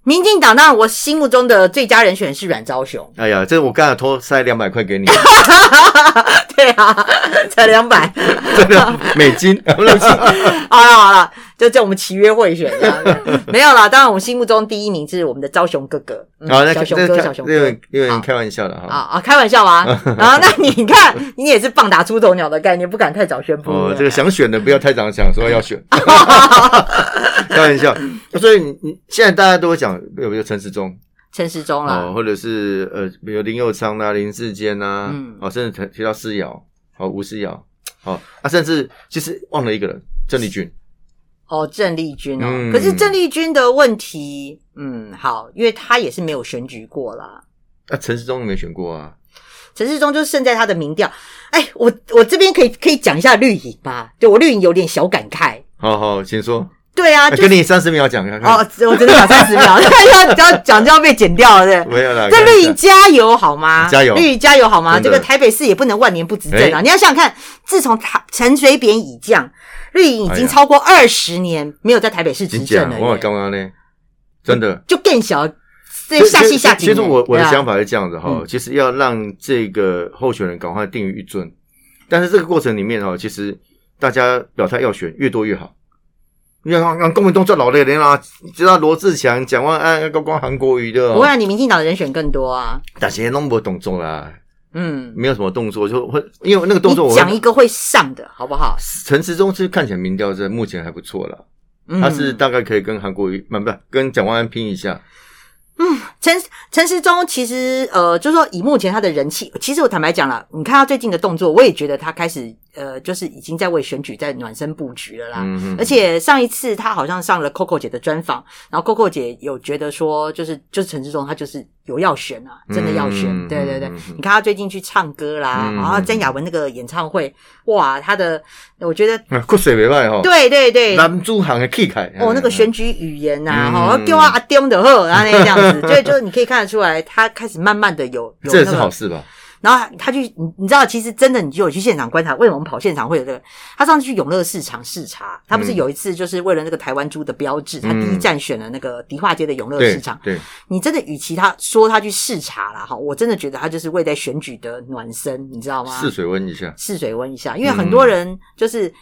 Speaker 2: 民进党当然我心目中的最佳人选是阮昭雄，
Speaker 1: 哎呀，这我刚才偷塞两百块给你，
Speaker 2: 对啊， 才两百，
Speaker 1: 真的美金，
Speaker 2: 好了好了，就叫我们齐约会选这样 子，没有啦，当然我们心目中第一名是我们的昭雄哥哥，嗯、
Speaker 1: 好，那
Speaker 2: 小雄
Speaker 1: 那
Speaker 2: 哥
Speaker 1: 开
Speaker 2: 小雄
Speaker 1: 那
Speaker 2: 哥
Speaker 1: 个，因为开玩笑的
Speaker 2: 啊
Speaker 1: 哈。
Speaker 2: 啊，开玩 笑啊，然后那你看你也是棒打出头鸟的概念，不敢太早宣布，
Speaker 1: 哦，
Speaker 2: 对不
Speaker 1: 这
Speaker 2: 对
Speaker 1: 个想选的不要太早想说要选，开玩笑。所以你你现在大家都会讲，比如陈时中
Speaker 2: 陈时中啦，
Speaker 1: 哦，或者是呃，比如林佑昌啦、林志坚啦，
Speaker 2: 嗯
Speaker 1: 哦，甚至提提到思瑶，哦，吴思瑶，哦，啊，甚至其实忘了一个人，郑丽君。
Speaker 2: 哦，郑丽君哦，
Speaker 1: 嗯
Speaker 2: 可是郑丽君的问题，嗯，好，因为她也是没有选举过啦。
Speaker 1: 啊，陈时中没选过啊，
Speaker 2: 陈世忠就胜在他的民调。哎，我我这边可以可以讲一下绿营吧，对我绿营有点小感慨。
Speaker 1: 好好，请说，
Speaker 2: 对啊，
Speaker 1: 啊
Speaker 2: 就
Speaker 1: 跟
Speaker 2: 是
Speaker 1: 你三十秒讲看看
Speaker 2: 哦，。只我只能讲三 十秒， 要要讲就要被剪掉了，对。
Speaker 1: 没有啦，
Speaker 2: 这
Speaker 1: 开玩
Speaker 2: 绿
Speaker 1: 笑
Speaker 2: 营加油好吗？
Speaker 1: 加油
Speaker 2: 绿营加油好吗？
Speaker 1: 真的
Speaker 2: 这个台北市也不能万年不执政啊！
Speaker 1: 哎
Speaker 2: 你要想想看，自从他陈水扁已降，绿营已
Speaker 1: 哎
Speaker 2: 经
Speaker 1: 呀
Speaker 2: 超过二十年没有在台北市执
Speaker 1: 真
Speaker 2: 政了
Speaker 1: 假？
Speaker 2: 耶，
Speaker 1: 我刚刚呢，真的。
Speaker 2: 就更小，
Speaker 1: 其
Speaker 2: 这
Speaker 1: 实
Speaker 2: 下戏下
Speaker 1: 其实其
Speaker 2: 井耶。
Speaker 1: 实我我的
Speaker 2: 对啊
Speaker 1: 想法是这样子哈，
Speaker 2: 嗯
Speaker 1: 其实要让这个候选人赶快定于一尊，但是这个过程里面哈，其实大家表态要选越多越好。你看，让公民动作老累人啊，知道罗志祥、蒋万安、高光、韩国瑜的
Speaker 2: 不
Speaker 1: 哦
Speaker 2: 会，啊，你民进党的人选更多啊。
Speaker 1: 但是弄不动作啦，
Speaker 2: 嗯，
Speaker 1: 没有什么动作，就会因为那个动作
Speaker 2: 你
Speaker 1: 我
Speaker 2: 讲一个会上的好不好？
Speaker 1: 陈时中是看起来民调是目前还不错啦，
Speaker 2: 嗯
Speaker 1: 他是大概可以跟韩国瑜，不不跟蒋万安拼一下。
Speaker 2: 陈陈时中其实呃，就是说以目前他的人气，其实我坦白讲了，你看他最近的动作，我也觉得他开始呃，就是已经在为选举在暖身布局了啦。
Speaker 1: 嗯哼，
Speaker 2: 啊而且上一次他好像上了 Coco 姐的专访，然后 Coco 姐有觉得说，就是就是陈志忠他就是有要选啊，真的要选，
Speaker 1: 嗯
Speaker 2: 对对对。
Speaker 1: 嗯嗯
Speaker 2: 你看他最近去唱歌啦，
Speaker 1: 嗯
Speaker 2: 然后詹雅雯那个演唱会，哇，他的我觉得
Speaker 1: 啊骨髓袂歹哈，
Speaker 2: 对对对，
Speaker 1: 男主行的气概。
Speaker 2: 哦，那个
Speaker 1: 嗯
Speaker 2: 选举语言呐、
Speaker 1: 嗯
Speaker 2: 哈、丢啊啊丢的呵，然后那个这样子，就 就你可以看得出来，他开始慢慢的有有
Speaker 1: 这
Speaker 2: 那
Speaker 1: 也是好
Speaker 2: 个，
Speaker 1: 事吧？
Speaker 2: 然后他去，你你知道，其实真的，你就有去现场观察，为什么我们跑现场会有这个？他上次去永乐市场视察，他不是
Speaker 1: 嗯
Speaker 2: 有一次就是为了那个台湾猪的标志，他第一
Speaker 1: 嗯
Speaker 2: 站选了那个迪化街的永乐
Speaker 1: 对
Speaker 2: 市场。
Speaker 1: 对，
Speaker 2: 你真的与其他说他去视察啦，哈，我真的觉得他就是为在选举的暖身，你知道吗？
Speaker 1: 试水温一下。
Speaker 2: 试水温一下，因为很多人就是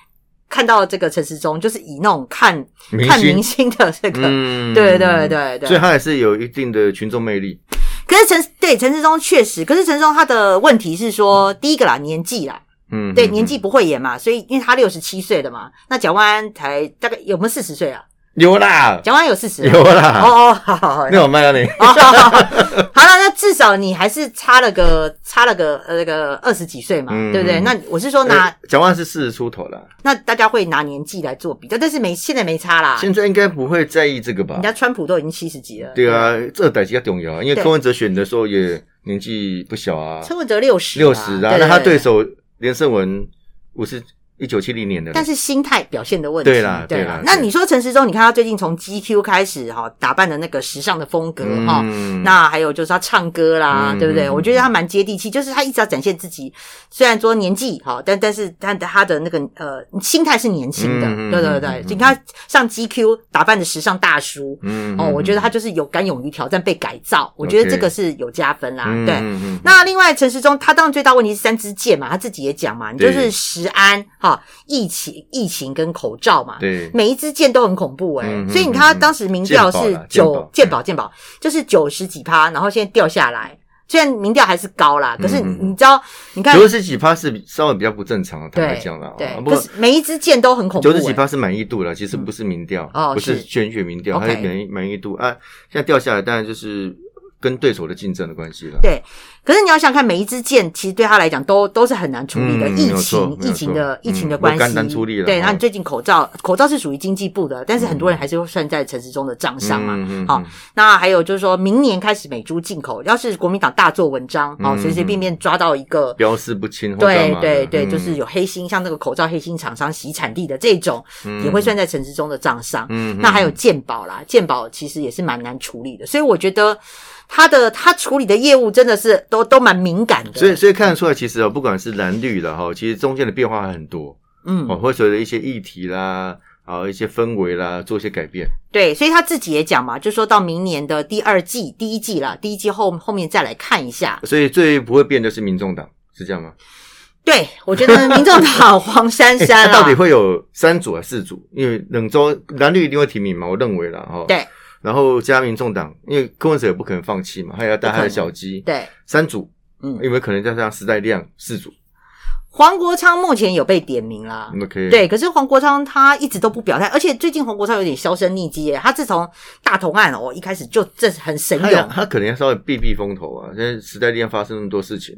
Speaker 2: 看到这个陈时中，就是以那种看
Speaker 1: 明
Speaker 2: 看
Speaker 1: 星
Speaker 2: 明星的这个，
Speaker 1: 嗯
Speaker 2: 对对对对
Speaker 1: 所以他还是有一定的群众魅力。
Speaker 2: 可是陈对陈时中确实，可是陈时中他的问题是说，第一个啦，年纪啦，
Speaker 1: 嗯，
Speaker 2: 对
Speaker 1: 嗯
Speaker 2: 年纪不会演嘛，所以因为他六十七岁了嘛，那蒋万安才大概有没有四十岁啊？
Speaker 1: 有啦，
Speaker 2: 蒋万安有四十，
Speaker 1: 有啦。
Speaker 2: 哦哦，好好好。
Speaker 1: 那我卖了你。
Speaker 2: 哦好好好好了，那至少你还是差了个差了个呃那个二十几岁嘛，
Speaker 1: 嗯
Speaker 2: 对不对？那我是说拿、
Speaker 1: 呃蒋万安是四十出头了，
Speaker 2: 那大家会拿年纪来做比较，但是没现在没差啦。
Speaker 1: 现在应该不会在意这个吧
Speaker 2: 人？家川普都已经七十几了，
Speaker 1: 对，啊，这代比较重要啊，因为
Speaker 2: 对
Speaker 1: 柯文哲选的时候也年纪不小啊，
Speaker 2: 陈文哲六十，
Speaker 1: 六十啊，
Speaker 2: 对
Speaker 1: 那他
Speaker 2: 对
Speaker 1: 对。手连胜文五十一九七零年的，
Speaker 2: 但是心态表现的问题，
Speaker 1: 对啦
Speaker 2: 对
Speaker 1: 对啦
Speaker 2: 那
Speaker 1: 对
Speaker 2: 你说陈时中，你看他最近从 GQ 开始哈，打扮的那个时尚的风格哈、
Speaker 1: 嗯
Speaker 2: 哦那还有就是他唱歌啦，
Speaker 1: 嗯
Speaker 2: 对不对？
Speaker 1: 嗯
Speaker 2: 我觉得他蛮接地气，就是他一直要展现自己，虽然说年纪哈，但但是但他的那个呃心态是年轻的，
Speaker 1: 嗯嗯
Speaker 2: 对对对。
Speaker 1: 嗯嗯
Speaker 2: 你看他上 GQ 打扮的时尚大叔。
Speaker 1: 嗯
Speaker 2: 哦，我觉得他就是有敢勇于挑战被改造，我觉得
Speaker 1: OK
Speaker 2: 这个是有加分啦。对，
Speaker 1: 嗯嗯
Speaker 2: 那另外陈时中，他当然最大问题是三支箭嘛，他自己也讲嘛，你就
Speaker 1: 对
Speaker 2: 是食安哈、疫情、疫情跟口罩嘛，
Speaker 1: 对，
Speaker 2: 每一支箭都很恐怖诶、欸
Speaker 1: 嗯嗯
Speaker 2: 所以你看他当时民调
Speaker 1: 嗯
Speaker 2: 是
Speaker 1: 嗯
Speaker 2: 九
Speaker 1: 健
Speaker 2: 健
Speaker 1: 保
Speaker 2: 保健保，就是九十几趴，然后现在掉下来，虽然民调还是高啦，可是
Speaker 1: 嗯嗯嗯
Speaker 2: 你知道，你看
Speaker 1: 九十几趴是比稍微比较不正常的，坦白
Speaker 2: 对
Speaker 1: 讲了，啊
Speaker 2: 对，
Speaker 1: 不
Speaker 2: 可
Speaker 1: 过
Speaker 2: 是每一支箭都很恐怖、欸
Speaker 1: 九十几
Speaker 2: 诶
Speaker 1: 趴是满意度了，其实不是民调，
Speaker 2: 哦
Speaker 1: 不是
Speaker 2: 是
Speaker 1: 选举民调，它
Speaker 2: OK
Speaker 1: 是满意满意度啊。现在掉下来，当然就是跟对手的竞争的关系了。
Speaker 2: 对，可是你要想看每一支箭，其实对他来讲都都是很难处理的。
Speaker 1: 嗯
Speaker 2: 疫
Speaker 1: 没有错
Speaker 2: 情、
Speaker 1: 没有
Speaker 2: 疫情的
Speaker 1: 错、
Speaker 2: 疫情的
Speaker 1: 嗯
Speaker 2: 关
Speaker 1: 不
Speaker 2: 系
Speaker 1: 甘当初力，了嗯
Speaker 2: 对。
Speaker 1: 哈
Speaker 2: 那你最近口罩，口罩是属于经济部的，但是很多人还是会算在陈时中的账上嘛。
Speaker 1: 嗯
Speaker 2: 好，那还有就是说明年开始美猪进口，要是国民党大做文章，哦，
Speaker 1: 嗯
Speaker 2: 随随便便抓到一个。
Speaker 1: 标示不清或干
Speaker 2: 对
Speaker 1: 嘛的，嗯
Speaker 2: 对对，就是
Speaker 1: 有
Speaker 2: 有黑心，像那个口罩黑心厂商洗产地的这种，也会，算在陈时中的账上。
Speaker 1: 嗯嗯嗯
Speaker 2: 那还有鉴宝啦，鉴宝其实也是蛮难处理的，所以我觉得他的他处理的业务真的是都都蛮敏感的。
Speaker 1: 所以所以看得出来，其实哦，哦不管是蓝绿的哈，其实中间的变化还很多
Speaker 2: 嗯，
Speaker 1: 哦，会随着一些议题啦。啊、啊一些氛围啦，做一些改变。
Speaker 2: 对，所以他自己也讲嘛，就说到明年的第二季、第一季啦，第一季后后面再来看一下。
Speaker 1: 所以最不会变的是民众党，是这样吗？
Speaker 2: 对，我觉得民众党黄珊
Speaker 1: 哎
Speaker 2: 珊啊
Speaker 1: 那
Speaker 2: 啦，
Speaker 1: 到底会有三组还是四组？因为冷州蓝绿一定会提名嘛，我认为啦哦哈。
Speaker 2: 对
Speaker 1: 然后加民众党，因为柯文哲也不可能放弃嘛，他也要带他的小鸡。
Speaker 2: 对，
Speaker 1: 三组，
Speaker 2: 嗯，
Speaker 1: 因为可能加上时代量四组。
Speaker 2: 黄国昌目前有被点名啦。
Speaker 1: OK，，
Speaker 2: 对，可是黄国昌他一直都不表态，而且最近黄国昌有点销声匿迹耶。他自从大同案哦一开始就这很神
Speaker 1: 他要
Speaker 2: 勇，
Speaker 1: 他可能要稍微避避风头啊。现在时代力量发生那么多事情，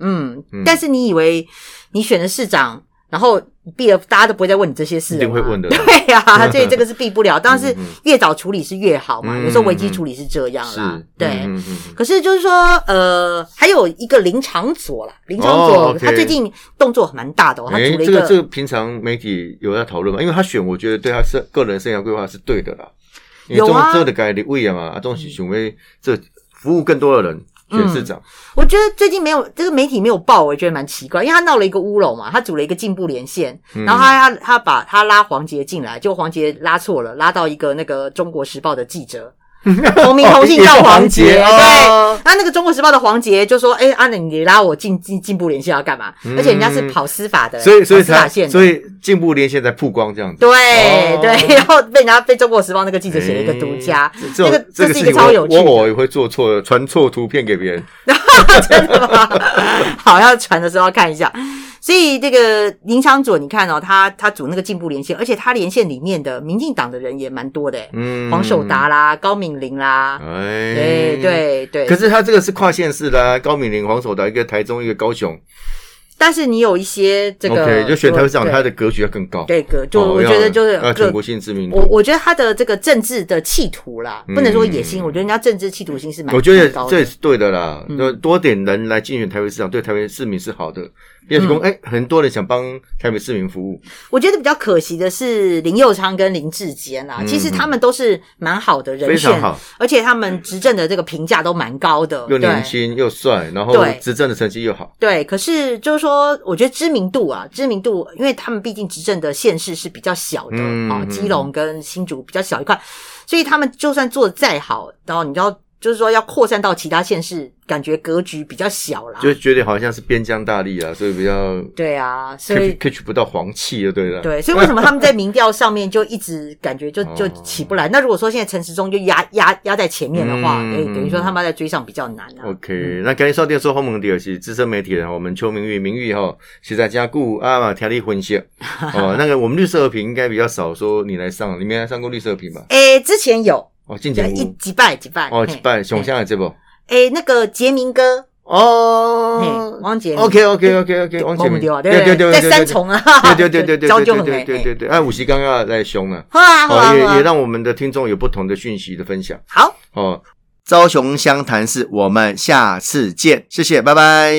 Speaker 2: 嗯
Speaker 1: 嗯，
Speaker 2: 但是你以为你选了市长，然后毕了，大家都不会再问你这些事
Speaker 1: 一
Speaker 2: 了
Speaker 1: 定
Speaker 2: 吗
Speaker 1: 会问的
Speaker 2: 对呀、 所以这个是避不了。当然是
Speaker 1: 嗯嗯
Speaker 2: 越早处理是越好嘛，
Speaker 1: 嗯
Speaker 2: 有时候危机处理是这样
Speaker 1: 是
Speaker 2: 啦。，对。
Speaker 1: 嗯嗯嗯嗯
Speaker 2: 可是就是说，呃，还有一个林长佐啦，林长佐、
Speaker 1: 哦，OK
Speaker 2: 他最近动作蛮大的、哦，他
Speaker 1: 哎、
Speaker 2: 组了一
Speaker 1: 这个这个平常媒体有在讨论吗？因为他选，我觉得对他生个人生涯规划是对的啦。因为
Speaker 2: 有啊嗯
Speaker 1: 这的改立位啊嘛，啊，这种选为这服务更多的人，选市长。
Speaker 2: 我觉得最近没有这个媒体没有报，我也觉得蛮奇怪，因为他闹了一个乌龙嘛，他组了一个进步连线，
Speaker 1: 嗯
Speaker 2: 然后他他他把他拉黄杰进来，就黄杰拉错了，拉到一个那个中国时报的记 者。同名同姓叫黄杰，
Speaker 1: 也是黄杰哦
Speaker 2: 对，那那个中国时报的黄杰就说：“哎，阿南，你拉我进进进步连线要干嘛？而且人家是跑司法的，
Speaker 1: 嗯所以，所以
Speaker 2: 跑司法
Speaker 1: 才，
Speaker 2: 线的，
Speaker 1: 所以进步连线才曝光这样子。
Speaker 2: 对
Speaker 1: 哦
Speaker 2: 对， 然后被人家被中国时报那个记者写了一个独家
Speaker 1: 哎，这
Speaker 2: 这个
Speaker 1: 种这
Speaker 2: 这是一
Speaker 1: 事
Speaker 2: 个
Speaker 1: 情
Speaker 2: 超有
Speaker 1: 我
Speaker 2: 趣的。
Speaker 1: 我我也会做错，传错图片给别人。
Speaker 2: 真的吗？好，要传的时候要看一下。所以这个林长佐，你看哦，他他组那个进步连线，而且他连线里面的民进党的人也蛮多的，欸
Speaker 1: 嗯，
Speaker 2: 黄守，达啦、高敏玲啦，
Speaker 1: 哎，
Speaker 2: 对。对对。
Speaker 1: 可是他这个是跨县市的、啊，高敏玲、黄守达，一个台中，一个高雄。
Speaker 2: 但是你有一些这个
Speaker 1: OK，就选台北市长，
Speaker 2: 对
Speaker 1: 他的格局要更高。
Speaker 2: 对哥，就
Speaker 1: 哦
Speaker 2: 我
Speaker 1: 要
Speaker 2: 觉得就是
Speaker 1: 要全
Speaker 2: 各
Speaker 1: 国性知名度
Speaker 2: 我。我觉得他的这个政治的企图啦，不能说野心，我觉得人家政治企图心是
Speaker 1: 嗯
Speaker 2: 蛮
Speaker 1: 我觉得
Speaker 2: 蛮高的嗯
Speaker 1: 这也是对的啦，就多点人来竞选台北市长，对台北市民是好的。也是说，哎，很多人想帮台北市民服务，
Speaker 2: 我觉得比较可惜的是林佑昌跟林志坚啦，其实他们都是蛮好的人
Speaker 1: 嗯非
Speaker 2: 选
Speaker 1: 常，好，
Speaker 2: 而且他们执政的这个评价都蛮高的，
Speaker 1: 嗯又年
Speaker 2: 对
Speaker 1: 轻又帅，然后
Speaker 2: 对
Speaker 1: 执政的成绩又好。
Speaker 2: 对，可是就是说，我觉得知名度啊，知名度，因为他们毕竟执政的县市是比较小的啊、
Speaker 1: 嗯嗯
Speaker 2: 基隆跟新竹比较小一块，所以他们就算做的再好，然后你知道，就是说要扩散到其他县市，感觉格局比较小啦。
Speaker 1: 就觉得好像是边疆大吏啊，所以比较
Speaker 2: 对啊，所
Speaker 1: catch
Speaker 2: 以
Speaker 1: catch 不到黄气就对了。
Speaker 2: 对，所以为什么他们在民调上面就一直感觉就就
Speaker 1: 哦
Speaker 2: 起不来？那如果说现在陈时中就压压压在前面的话，
Speaker 1: 嗯哦
Speaker 2: 哎、等于说他们要再追上比较难啊。
Speaker 1: OK，那今日收听说访问第二是资深媒体人，我们邱明玉，明玉哈是在加固啊嘛，听你分 析哦。那个我们绿色和平应该比较少说你来上，你没来上过绿色和平吧？
Speaker 2: 哎、之前有
Speaker 1: 哦，进
Speaker 2: 有
Speaker 1: 前
Speaker 2: 一
Speaker 1: 屋
Speaker 2: 几拜几拜
Speaker 1: 哦，
Speaker 2: 嘿
Speaker 1: 办熊香的这不？
Speaker 2: 哎、那个杰明哥，
Speaker 1: 哦
Speaker 2: 嘿，汪杰明
Speaker 1: OK OK OK OK，王
Speaker 2: 我
Speaker 1: 姐
Speaker 2: 们
Speaker 1: 明
Speaker 2: 丢啊，对不对？在三，重啊，
Speaker 1: 对对对 对
Speaker 2: 交
Speaker 1: 对
Speaker 2: 就
Speaker 1: 对
Speaker 2: 很
Speaker 1: 对对
Speaker 2: 美。
Speaker 1: 对对，哎，五十刚刚来凶了，
Speaker 2: 好啊好啊
Speaker 1: 哦，也
Speaker 2: 好
Speaker 1: 也
Speaker 2: 啊，
Speaker 1: 让我们的听众有不同的讯息的分享
Speaker 2: 好。
Speaker 1: 哦。朝雄湘潭市，我们下次见，谢谢，拜拜。